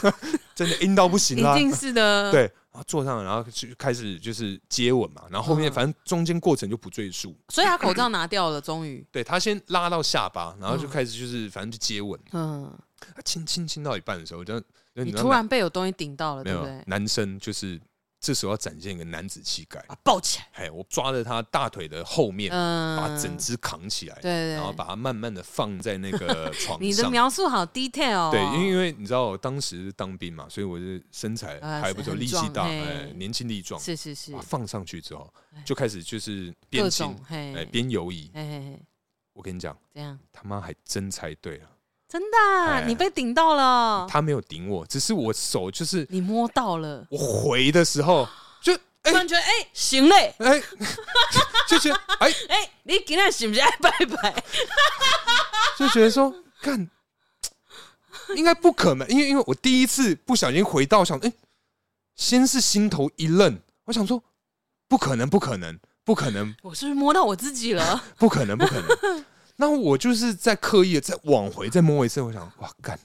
Speaker 1: 真的硬到不行 啊
Speaker 2: 一。定是的，
Speaker 1: 对，，然后坐上，然后就开始就是接吻嘛，然后后面
Speaker 2: 嗯
Speaker 1: 反正中间过程就不赘述。
Speaker 2: 所以他口罩拿掉了，终于，
Speaker 1: 对他先拉到下巴，然后就
Speaker 2: 嗯
Speaker 1: 开始就是反正就接吻，
Speaker 2: 嗯，
Speaker 1: 他亲亲亲到一半的时候，就就
Speaker 2: 你
Speaker 1: 嗯知道
Speaker 2: 突然被有东西顶到了，
Speaker 1: 没
Speaker 2: 对
Speaker 1: 有
Speaker 2: 不对？
Speaker 1: 男生就是这时候要展现一个男子气概。
Speaker 2: 把抱起来，
Speaker 1: 嘿，我抓着他大腿的后面，
Speaker 2: 嗯，
Speaker 1: 把整只扛起来，
Speaker 2: 对对，
Speaker 1: 然后把它慢慢的放在那 个床
Speaker 2: 你的
Speaker 1: 上。
Speaker 2: 描述好 detail，哦
Speaker 1: 对，因为因为你知道我当时当兵嘛，所以我是身材
Speaker 2: 啊
Speaker 1: 还不错，
Speaker 2: 很
Speaker 1: 力气
Speaker 2: 壮
Speaker 1: 大，
Speaker 2: 嘿
Speaker 1: 哎，年轻力壮。
Speaker 2: 是是是哎
Speaker 1: 把它，放上去之后，就开始就是边
Speaker 2: 各
Speaker 1: 亲
Speaker 2: 种，嘿，
Speaker 1: 哎，边游移。
Speaker 2: 嘿嘿嘿，
Speaker 1: 我跟你讲，
Speaker 2: 这样
Speaker 1: 他妈还真猜对了，
Speaker 2: 真的啊，
Speaker 1: 哎
Speaker 2: 你被顶到了，
Speaker 1: 他没有顶我，只是我手就是
Speaker 2: 你摸 到了，
Speaker 1: 我回的时候就
Speaker 2: 突
Speaker 1: 哎
Speaker 2: 然觉得哎，行嘞，
Speaker 1: 哎， 就觉得哎
Speaker 2: 哎，你今天是不是爱拜拜？
Speaker 1: 就觉得说，干，应该不可能，因为因为我第一次不小心回到想，哎、先是心头一愣，我想说，不可能，不可能，不可能，
Speaker 2: 我是不是摸到我自己了？
Speaker 1: 不可能，不可能。 那我就是在刻意的再往回再摸一次，我想，哇，干，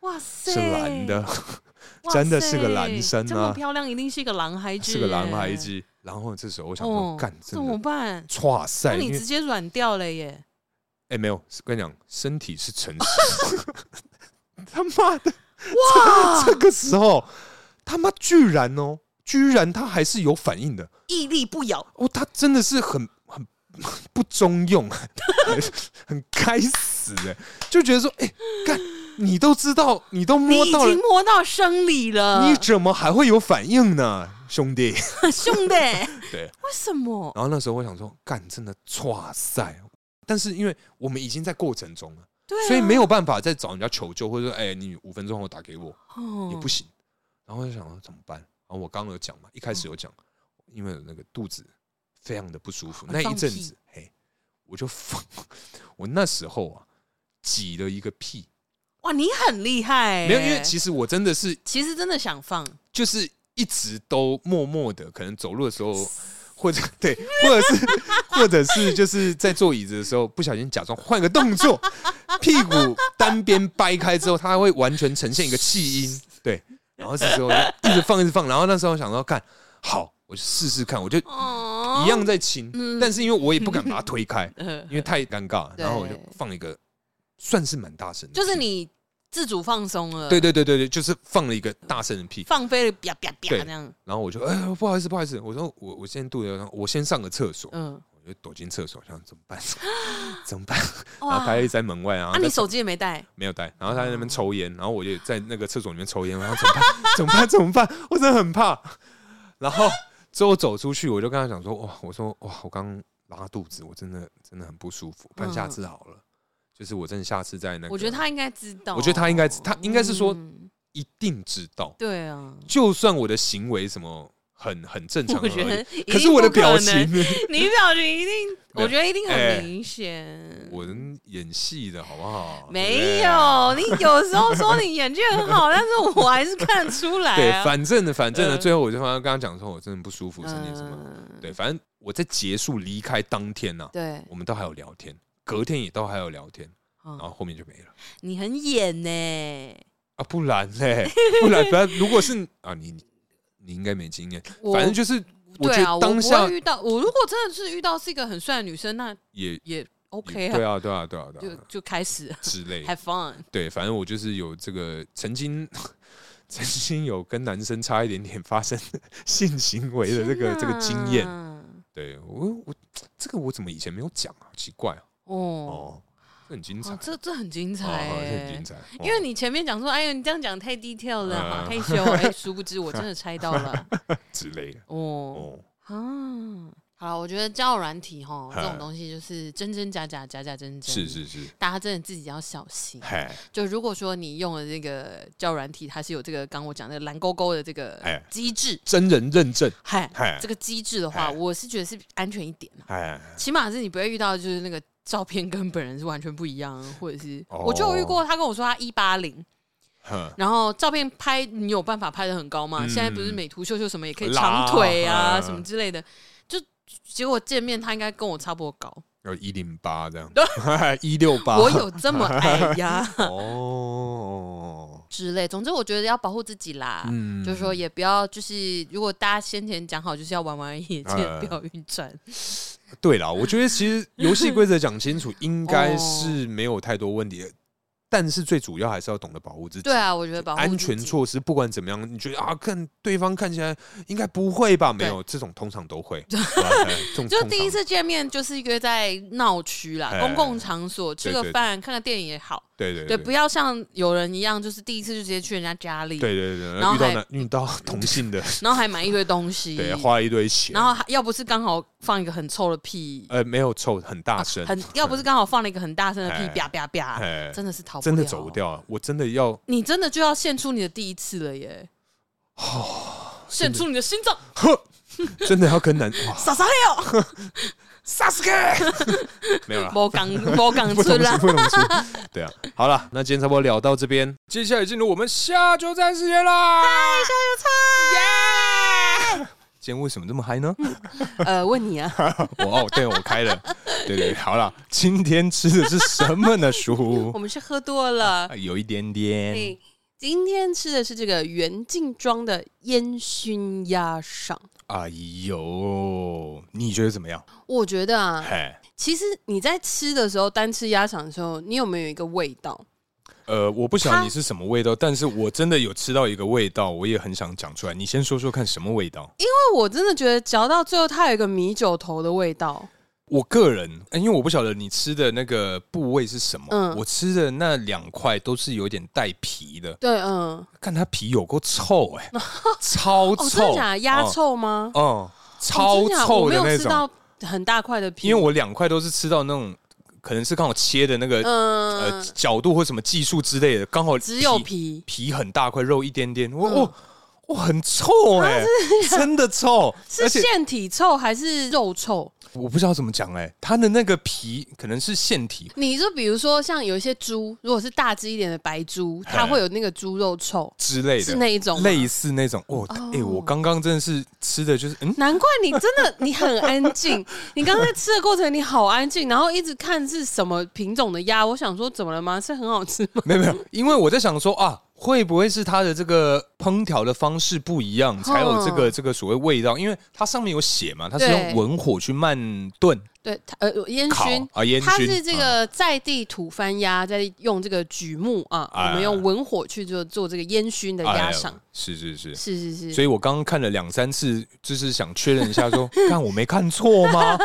Speaker 2: 哇塞，
Speaker 1: 是蓝 的，
Speaker 2: 哇塞，
Speaker 1: 真的是个男生啊
Speaker 2: 这么漂亮，一定是一个狼孩子，
Speaker 1: 是个男孩，子。然后这时候我想说，
Speaker 2: 哦，
Speaker 1: 干、
Speaker 2: 怎
Speaker 1: 真
Speaker 2: 么
Speaker 1: 的，
Speaker 2: 办？
Speaker 1: 哇
Speaker 2: 那
Speaker 1: 塞！因
Speaker 2: 你
Speaker 1: 为
Speaker 2: 直接软掉了耶！
Speaker 1: 哎、没有，跟你讲，身体是诚实。 他妈的！
Speaker 2: 哇，
Speaker 1: 这个时候，他妈居然哦，居然他还是有反应的
Speaker 2: 屹立不摇，
Speaker 1: 哦，他真的是很很 不中用， 很很该死的，就觉得说，哎、干，你都知道，你都
Speaker 2: 你
Speaker 1: 摸
Speaker 2: 已
Speaker 1: 到
Speaker 2: 经
Speaker 1: 了，
Speaker 2: 摸到生理了
Speaker 1: 你， 怎么还会有反应呢，兄弟？
Speaker 2: 兄弟，为
Speaker 1: 对，
Speaker 2: 什么？
Speaker 1: 然后那时候我想说，干，真的，哇塞！但是因为我们已经在过程中了，
Speaker 2: 对啊，
Speaker 1: 所以没有办法再找人家求救，或者说，哎、你五分钟后打给我。
Speaker 2: 哦
Speaker 1: 也不行。然后我就想说怎么办？然后我刚刚有讲嘛，一开始有讲，因为那个肚子非常的不舒服，
Speaker 2: 啊
Speaker 1: 那一
Speaker 2: 放
Speaker 1: 阵
Speaker 2: 屁
Speaker 1: 子，嘿，我就放， 我那时候啊挤了一个屁，
Speaker 2: 哇，你很厉害欸，
Speaker 1: 没有，因为其实我真的是
Speaker 2: 其实真的想放，
Speaker 1: 就是一直都默默的，可能走路的时候。或者 对，或者是或者是就是在坐椅子的时候，不小心假装换个动作，屁股单边掰开之后，它会完全呈现一个气 音，对。然后这时候就一直放一直放，然后那时候想到干好，我就试试看，我就
Speaker 2: 哦
Speaker 1: 一样，在亲，
Speaker 2: 嗯
Speaker 1: 但是因为我也不敢把它推 开，
Speaker 2: 呃
Speaker 1: 因为太尴尬了，然后我就
Speaker 2: 对
Speaker 1: 放一个算是蛮大声的屁，
Speaker 2: 就是你自主放松了，
Speaker 1: 对，对对对对，就是放了一个大声的屁，
Speaker 2: 放飞了，啪啪啪
Speaker 1: 对
Speaker 2: 这样，
Speaker 1: 然后我就哎、不好意思不好意思，我说我我现在肚子有点痛，我先上个厕所，
Speaker 2: 嗯，
Speaker 1: 我就躲进厕所，想怎么 办？怎么办？ 然后
Speaker 2: 哇，
Speaker 1: 他一直在门外，然后
Speaker 2: 啊，
Speaker 1: 他
Speaker 2: 你手哦机也没带，
Speaker 1: 没有带，然后他在那边抽烟，然后我也在那个厕所里面抽烟，然后怎么办？ 怎么办？怎么办？我真的很怕。然后之后走出去，我就跟他讲说：“哇，我说哇，我刚拉肚子，我真的真的很不舒服，不然下次好了。就是我真的下次在那个，
Speaker 2: 嗯我觉得他应该知道，
Speaker 1: 我觉得他应该知他应该是说
Speaker 2: 嗯
Speaker 1: 一定知道，
Speaker 2: 对啊，
Speaker 1: 就算我的行为什么很很正常
Speaker 2: 我觉
Speaker 1: 而
Speaker 2: 得
Speaker 1: 已，， 可是我的表情，，
Speaker 2: 你表情 一定，
Speaker 1: 没有
Speaker 2: 我觉得一定
Speaker 1: 哎
Speaker 2: 很明显。
Speaker 1: 我们演戏的好不好？
Speaker 2: 没
Speaker 1: 哎
Speaker 2: 有，啊你有时候说你演技很好，但是我还是看得出来、啊。
Speaker 1: 对，反正呢，反正呢，
Speaker 2: 嗯
Speaker 1: 最后我就跟他跟他讲说，我真的不舒服，身体什么，
Speaker 2: 嗯
Speaker 1: 对，反正我在结束离开当天呢，
Speaker 2: 对，
Speaker 1: 我们都还有聊天，隔天也都还有聊天，
Speaker 2: 嗯
Speaker 1: 然后后面就没了
Speaker 2: 你很演呢、
Speaker 1: 啊，不然嘞， 不然，不然，如果是啊，你你你应该没经验，
Speaker 2: 我
Speaker 1: 反正就是我
Speaker 2: 对
Speaker 1: 觉
Speaker 2: 啊，
Speaker 1: 得
Speaker 2: 我
Speaker 1: 当
Speaker 2: 不
Speaker 1: 下
Speaker 2: 会遇到我如果真的是遇到是一个很帅的女生，那
Speaker 1: 也
Speaker 2: 也 OK
Speaker 1: 也
Speaker 2: 啊，
Speaker 1: 对啊，对啊，对啊，对
Speaker 2: 就
Speaker 1: 啊
Speaker 2: 就开始
Speaker 1: 之类的
Speaker 2: have fun。
Speaker 1: 对，反正我就是有这个曾经。曾经有跟男生差一点点发生 性行为的这个这个经验
Speaker 2: 天，
Speaker 1: 对我我这个我怎么以前没有讲啊？奇怪啊！
Speaker 2: 哪哦，
Speaker 1: 哦，这很精彩，
Speaker 2: 哦，这这很精彩、
Speaker 1: 哦这
Speaker 2: 欸
Speaker 1: 很精彩，
Speaker 2: 因为你前面讲说，哎呦，你这样讲太 detail 了，
Speaker 1: 嗯
Speaker 2: 好 害羞。哎，殊不知我真的猜 到了。
Speaker 1: 哦之类的
Speaker 2: 哦，
Speaker 1: 哦，
Speaker 2: 啊，好了，我觉得交友软体哈
Speaker 1: 嗨
Speaker 2: 这种东西就是真真假假，假假真真，
Speaker 1: 是，是是，
Speaker 2: 大家真的自己要小心。
Speaker 1: 嗨
Speaker 2: 就如果说你用了这个交友软体，它是有这个刚我讲的蓝勾勾的这个
Speaker 1: 哎
Speaker 2: 机制，
Speaker 1: 真人认证，
Speaker 2: 嗨，
Speaker 1: 嗨
Speaker 2: 这个机制的话，
Speaker 1: 嗨
Speaker 2: 我是觉得是安全一点啊，
Speaker 1: 嗨，
Speaker 2: 起码是你不会遇到就是那个。照片跟本人是完全不一 样，或者是、
Speaker 1: 哦
Speaker 2: 我就有遇过，他跟我说他一八零，
Speaker 1: 哼
Speaker 2: 然后照片拍你有办法拍的很高吗？
Speaker 1: 嗯
Speaker 2: 现在不是美图秀秀什么也可以
Speaker 1: 拉
Speaker 2: 长腿啊
Speaker 1: 嗯
Speaker 2: 什么之类的，就结果见面他应该跟我差不多高，
Speaker 1: 有一零八 这样，一六八，
Speaker 2: 我有这么矮呀
Speaker 1: 哦，
Speaker 2: 之类。总之我觉得要保护自己啦，
Speaker 1: 嗯
Speaker 2: 啊就是说也不要就是如果大家先前讲好就是要玩玩而已，千
Speaker 1: 哎
Speaker 2: 万不要晕船。
Speaker 1: 对啦，我觉得其实游戏规则讲清楚，应该是没有太多问题的。但是最主要还是要懂得保护自己。
Speaker 3: 对啊，我觉得保护
Speaker 1: 安
Speaker 3: 自
Speaker 1: 全
Speaker 3: 己
Speaker 1: 措施，不管怎么样，你觉得啊，看对方看起来应该不会吧？没有，这种通常 都会。对啊这种
Speaker 3: 就
Speaker 1: 通
Speaker 3: 第一
Speaker 1: 常
Speaker 3: 次见面就是约在闹区啦，
Speaker 1: 哎
Speaker 3: 公共场所吃个
Speaker 1: 对对
Speaker 3: 饭、看个电影也好，
Speaker 1: 对对
Speaker 3: 对，
Speaker 1: 对，
Speaker 3: 不要像有人一样，就是第一次就直接去人家家里，
Speaker 1: 对对对，
Speaker 3: 然后
Speaker 1: 遇到
Speaker 3: 还
Speaker 1: 男遇到同性的，
Speaker 3: 然后还买一堆东西，
Speaker 1: 对，花了一堆钱
Speaker 3: 然，后还要不是刚好放一个很臭的屁，
Speaker 1: 呃，没有臭，很大声，
Speaker 3: 啊很要不是刚好放了一个很大声的屁
Speaker 1: 哎，
Speaker 3: 啪啪啪，
Speaker 1: 哎，
Speaker 3: 真的是逃不
Speaker 1: 真的走不
Speaker 3: 了，
Speaker 1: 掉啊！我真的要
Speaker 3: 你真的就要献出你的第一次了耶！
Speaker 1: 哦
Speaker 3: 献出你的心脏，
Speaker 1: 真的要跟男 哇
Speaker 3: 傻傻 嘿哦，
Speaker 1: 杀死 没有了。
Speaker 3: 莫港莫港
Speaker 1: 不
Speaker 3: 出
Speaker 1: 同
Speaker 3: 啦
Speaker 1: 出，，不同出。对啊，好了，那今天差不多聊到这边，接下来进入我们下酒站时间啦！下酒菜，耶！今天为什么这么嗨呢？
Speaker 2: 呃，问你啊，
Speaker 1: 我哦，对，我开了，对对，好了，
Speaker 4: 今天吃的是什么呢，叔
Speaker 3: 我？们是喝多了
Speaker 4: 啊， 有一点点，
Speaker 2: 嘿今天吃的是这个袁静庄的烟熏鸭肠。
Speaker 4: 哎呦，你觉得怎么样？
Speaker 2: 我觉得啊，
Speaker 4: 嘿，
Speaker 2: 其实你在吃的时候，单吃鸭肠的时候，你有没有一个味道？
Speaker 4: 呃，我不晓
Speaker 2: 它
Speaker 4: 得你是什么味道，但是我真的有吃到一个味道，我也很想讲出来。你先说说看什么味道？
Speaker 2: 因为我真的觉得嚼到最后，它有一个米酒头的味道。
Speaker 4: 我个人，呃因为我不晓得你吃的那个部位是什么，
Speaker 2: 嗯
Speaker 4: 我吃的那两块都是有点带皮的，
Speaker 2: 对，嗯，
Speaker 4: 看它皮有够 臭哎、超
Speaker 2: 哦，真的
Speaker 4: 臭，
Speaker 2: 假的？鸭
Speaker 4: 嗯，
Speaker 2: 臭吗？
Speaker 4: 嗯，
Speaker 2: 哦
Speaker 4: 超
Speaker 2: 真假
Speaker 4: 臭的
Speaker 2: 我没
Speaker 4: 那
Speaker 2: 有吃
Speaker 4: 种。
Speaker 2: 到很大块的皮，
Speaker 4: 因为我两块都是吃到那种，可能是刚好切的那个、呃
Speaker 2: 嗯，
Speaker 4: 角度或什么技术之类的，刚好
Speaker 2: 只有皮，
Speaker 4: 皮很大块，肉一点点，我
Speaker 2: 嗯啊
Speaker 4: 哦。哇，很臭哎、真的臭，
Speaker 2: 是
Speaker 4: 而且
Speaker 2: 腺体臭还是肉臭？
Speaker 4: 我不知道怎么讲哎、它的那个皮可能是腺体，
Speaker 2: 你就比如说像有一些猪，如果是大只一点的白猪，它
Speaker 4: 嘿
Speaker 2: 会有那个猪肉臭，
Speaker 4: 之类的，
Speaker 2: 是那一种吗
Speaker 4: 类似那种哦。哎、
Speaker 2: 哦
Speaker 4: 我刚刚真的是吃的就是嗯，
Speaker 2: 难怪你真的你很安静， 你刚才吃的过程你好安静，然后一直看是什么品种的鸭，我想说怎么了吗？是很好吃吗？
Speaker 4: 没有没有，因为我在想说啊，会不会是它的这个烹调的方式不
Speaker 2: 嗯
Speaker 4: 一样，才有这个这个所谓味道？因为它上面有写嘛，它是
Speaker 2: 对
Speaker 4: 用文火去慢炖
Speaker 2: 对，它呃烟
Speaker 4: 烤
Speaker 2: 熏。
Speaker 4: 啊烟熏，
Speaker 2: 它是这个在地土番鸭，在用这个榉木啊，
Speaker 4: 哎
Speaker 2: 我们用文火去做做这个烟熏的
Speaker 4: 嗯
Speaker 2: 鸭
Speaker 4: 哎
Speaker 2: 肠，
Speaker 4: 是是是。
Speaker 2: 是是是，
Speaker 4: 所以我刚刚看了两三次，就是想确认一下说 看我没看错 吗？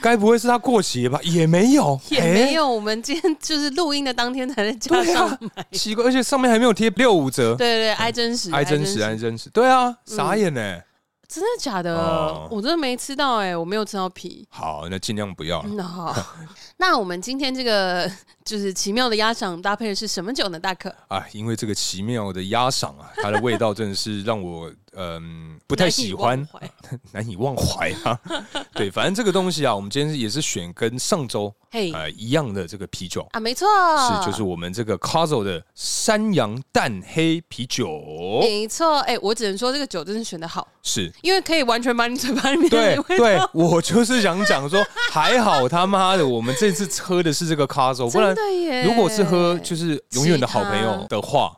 Speaker 4: 该不会是它过期了吧？也没有，
Speaker 2: 也没
Speaker 4: 哎、
Speaker 2: 有，我们今天就是录音的当天才在加
Speaker 4: 对
Speaker 2: 上
Speaker 4: 啊，奇怪，而且上面还没有贴六五折，
Speaker 2: 对对对，爱真嗯实，
Speaker 4: 哎，真实，哎，真实，对啊，傻眼呢、
Speaker 2: 真的假的？
Speaker 4: 哦
Speaker 2: 我真的没吃到哎、我没有吃到皮。
Speaker 4: 好，那尽量不要了。
Speaker 2: 那嗯 好，那我们今天这个就是奇妙的鸭掌搭配的是什么酒呢？大可
Speaker 4: 啊，因为这个奇妙的鸭嗓啊，它的味道真的是让我 嗯
Speaker 2: 不
Speaker 4: 不太喜欢，难以忘怀啊。对，反正这个东西啊，我们今天也是选跟上周
Speaker 2: 嘿、
Speaker 4: 呃一样的这个啤酒，
Speaker 2: 啊，没错，
Speaker 4: 是就是我们这个 c a s o 的山羊淡黑啤酒，
Speaker 2: 没错。哎、我只能说这个酒真的选的好，
Speaker 4: 是。
Speaker 2: 因为可以完全 把你嘴巴里面
Speaker 4: 对
Speaker 2: 的味道
Speaker 4: 对， 我就是想讲说，还好他妈的，我们这次喝的是这个 c a s o 不然
Speaker 2: 真的耶。
Speaker 4: 如果是喝就是永远的好朋
Speaker 2: 其
Speaker 4: 友
Speaker 2: 他
Speaker 4: 的话，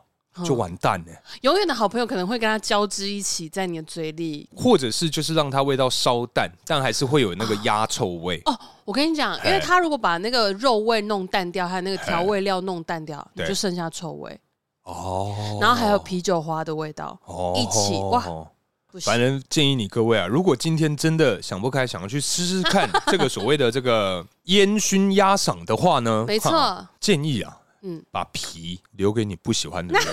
Speaker 4: 就
Speaker 2: 嗯
Speaker 4: 完蛋了。
Speaker 2: 永远的好朋友可能会跟它交织一起在你的嘴里。
Speaker 4: 或者是就是让它味道稍淡，但还是会有那
Speaker 2: 啊
Speaker 4: 个鸭臭味。
Speaker 2: 哦，我跟你讲，
Speaker 4: 哎
Speaker 2: 因为它如果把那个肉味弄淡掉，还有那个调味料弄淡掉，你
Speaker 4: 哎对
Speaker 2: 就剩下臭味，
Speaker 4: 哦
Speaker 2: 然后还有啤酒花的味道，
Speaker 4: 哦
Speaker 2: 一起哇，不
Speaker 4: 反
Speaker 2: 行。
Speaker 4: 正建议你各位啊，如果今天真的想不开，想要去试试看这个所谓的这个烟熏鸭嗓的话呢，
Speaker 2: 没
Speaker 4: 哈，
Speaker 2: 错，
Speaker 4: 建议啊。
Speaker 2: 嗯
Speaker 4: 嗯，把皮留给你不喜欢的人，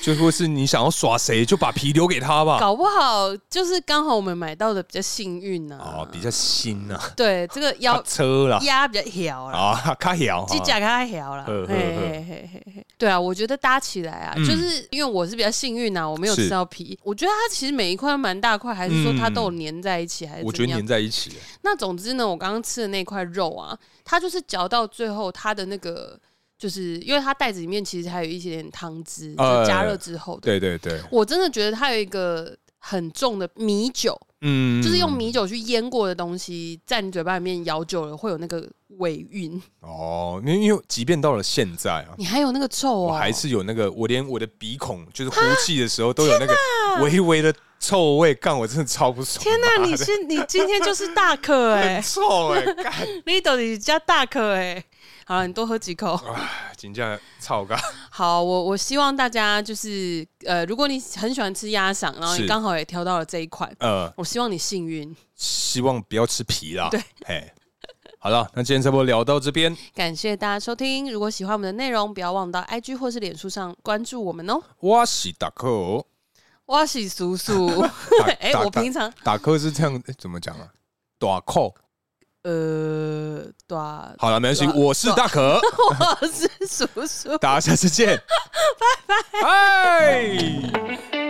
Speaker 4: 就或是你想要耍谁，就把皮留给他 吧。
Speaker 2: 搞不好就是刚好我们买到的比较幸运呢、
Speaker 4: 哦，比较新啊，
Speaker 2: 对，这个
Speaker 4: 要
Speaker 2: 腰
Speaker 4: 车啦，
Speaker 2: 压比较小啦，
Speaker 4: 啊，卡摇，
Speaker 2: 指甲给它小啦。
Speaker 4: 呵呵呵
Speaker 2: 嘿嘿嘿嘿嘿，对啊，我觉得搭起来啊，
Speaker 4: 嗯
Speaker 2: 就是因为我是比较幸运啊，我没有
Speaker 4: 是
Speaker 2: 吃到皮，我觉得它其实每一块都蛮大块，还是说它
Speaker 4: 嗯
Speaker 2: 都有粘在一起，还是
Speaker 4: 我
Speaker 2: 怎
Speaker 4: 觉
Speaker 2: 么
Speaker 4: 得
Speaker 2: 样
Speaker 4: 粘？在一起了，啊
Speaker 2: 那总之呢，我刚刚吃的那块肉啊，它就是嚼到最后，它的那个就是因为它袋子里面其实还有一些点汤汁，
Speaker 4: 呃
Speaker 2: 就加热之后的。
Speaker 4: 对对对，
Speaker 2: 我真的觉得它有一个很重的米酒，
Speaker 4: 嗯，
Speaker 2: 就是用米酒去腌过的东西，在你嘴巴里面咬久了会有那个尾韵，
Speaker 4: 哦，因为因为即便到了现在啊，
Speaker 2: 你还有那个臭哦，
Speaker 4: 我还是有那个，我连我的鼻孔就是呼气的时候都有那个微微的臭味，干我真的超不爽。
Speaker 2: 天哪、
Speaker 4: 妈的
Speaker 2: 你是你今天就是大客哎、
Speaker 4: 很臭哎、干！ 啊
Speaker 2: 你到底加大客哎、好了，你多喝几口。
Speaker 4: 真正操咖，
Speaker 2: 好，我我希望大家就是呃，如果你很喜欢吃鸭嗓，然后
Speaker 4: 是
Speaker 2: 你刚好也挑到了这一款，
Speaker 4: 呃，
Speaker 2: 我希望你幸运。
Speaker 4: 希望不要吃皮啦。
Speaker 2: 对，
Speaker 4: 哎，好了，那今天差不多聊到这边。
Speaker 2: 感谢大家收听，如果喜欢我们的内容，不要忘到 IG 或是脸书上关注我们哦。
Speaker 4: 我是哦达克，
Speaker 2: 我是叔 叔，哎、
Speaker 4: 打
Speaker 2: 我平常
Speaker 4: 达克是这样，哎怎么讲啊？短扣。
Speaker 2: 呃，短，
Speaker 4: 好了，没关系，
Speaker 2: 短
Speaker 4: 我是大可，
Speaker 2: 我是叔叔。
Speaker 4: 大家下次见，拜拜。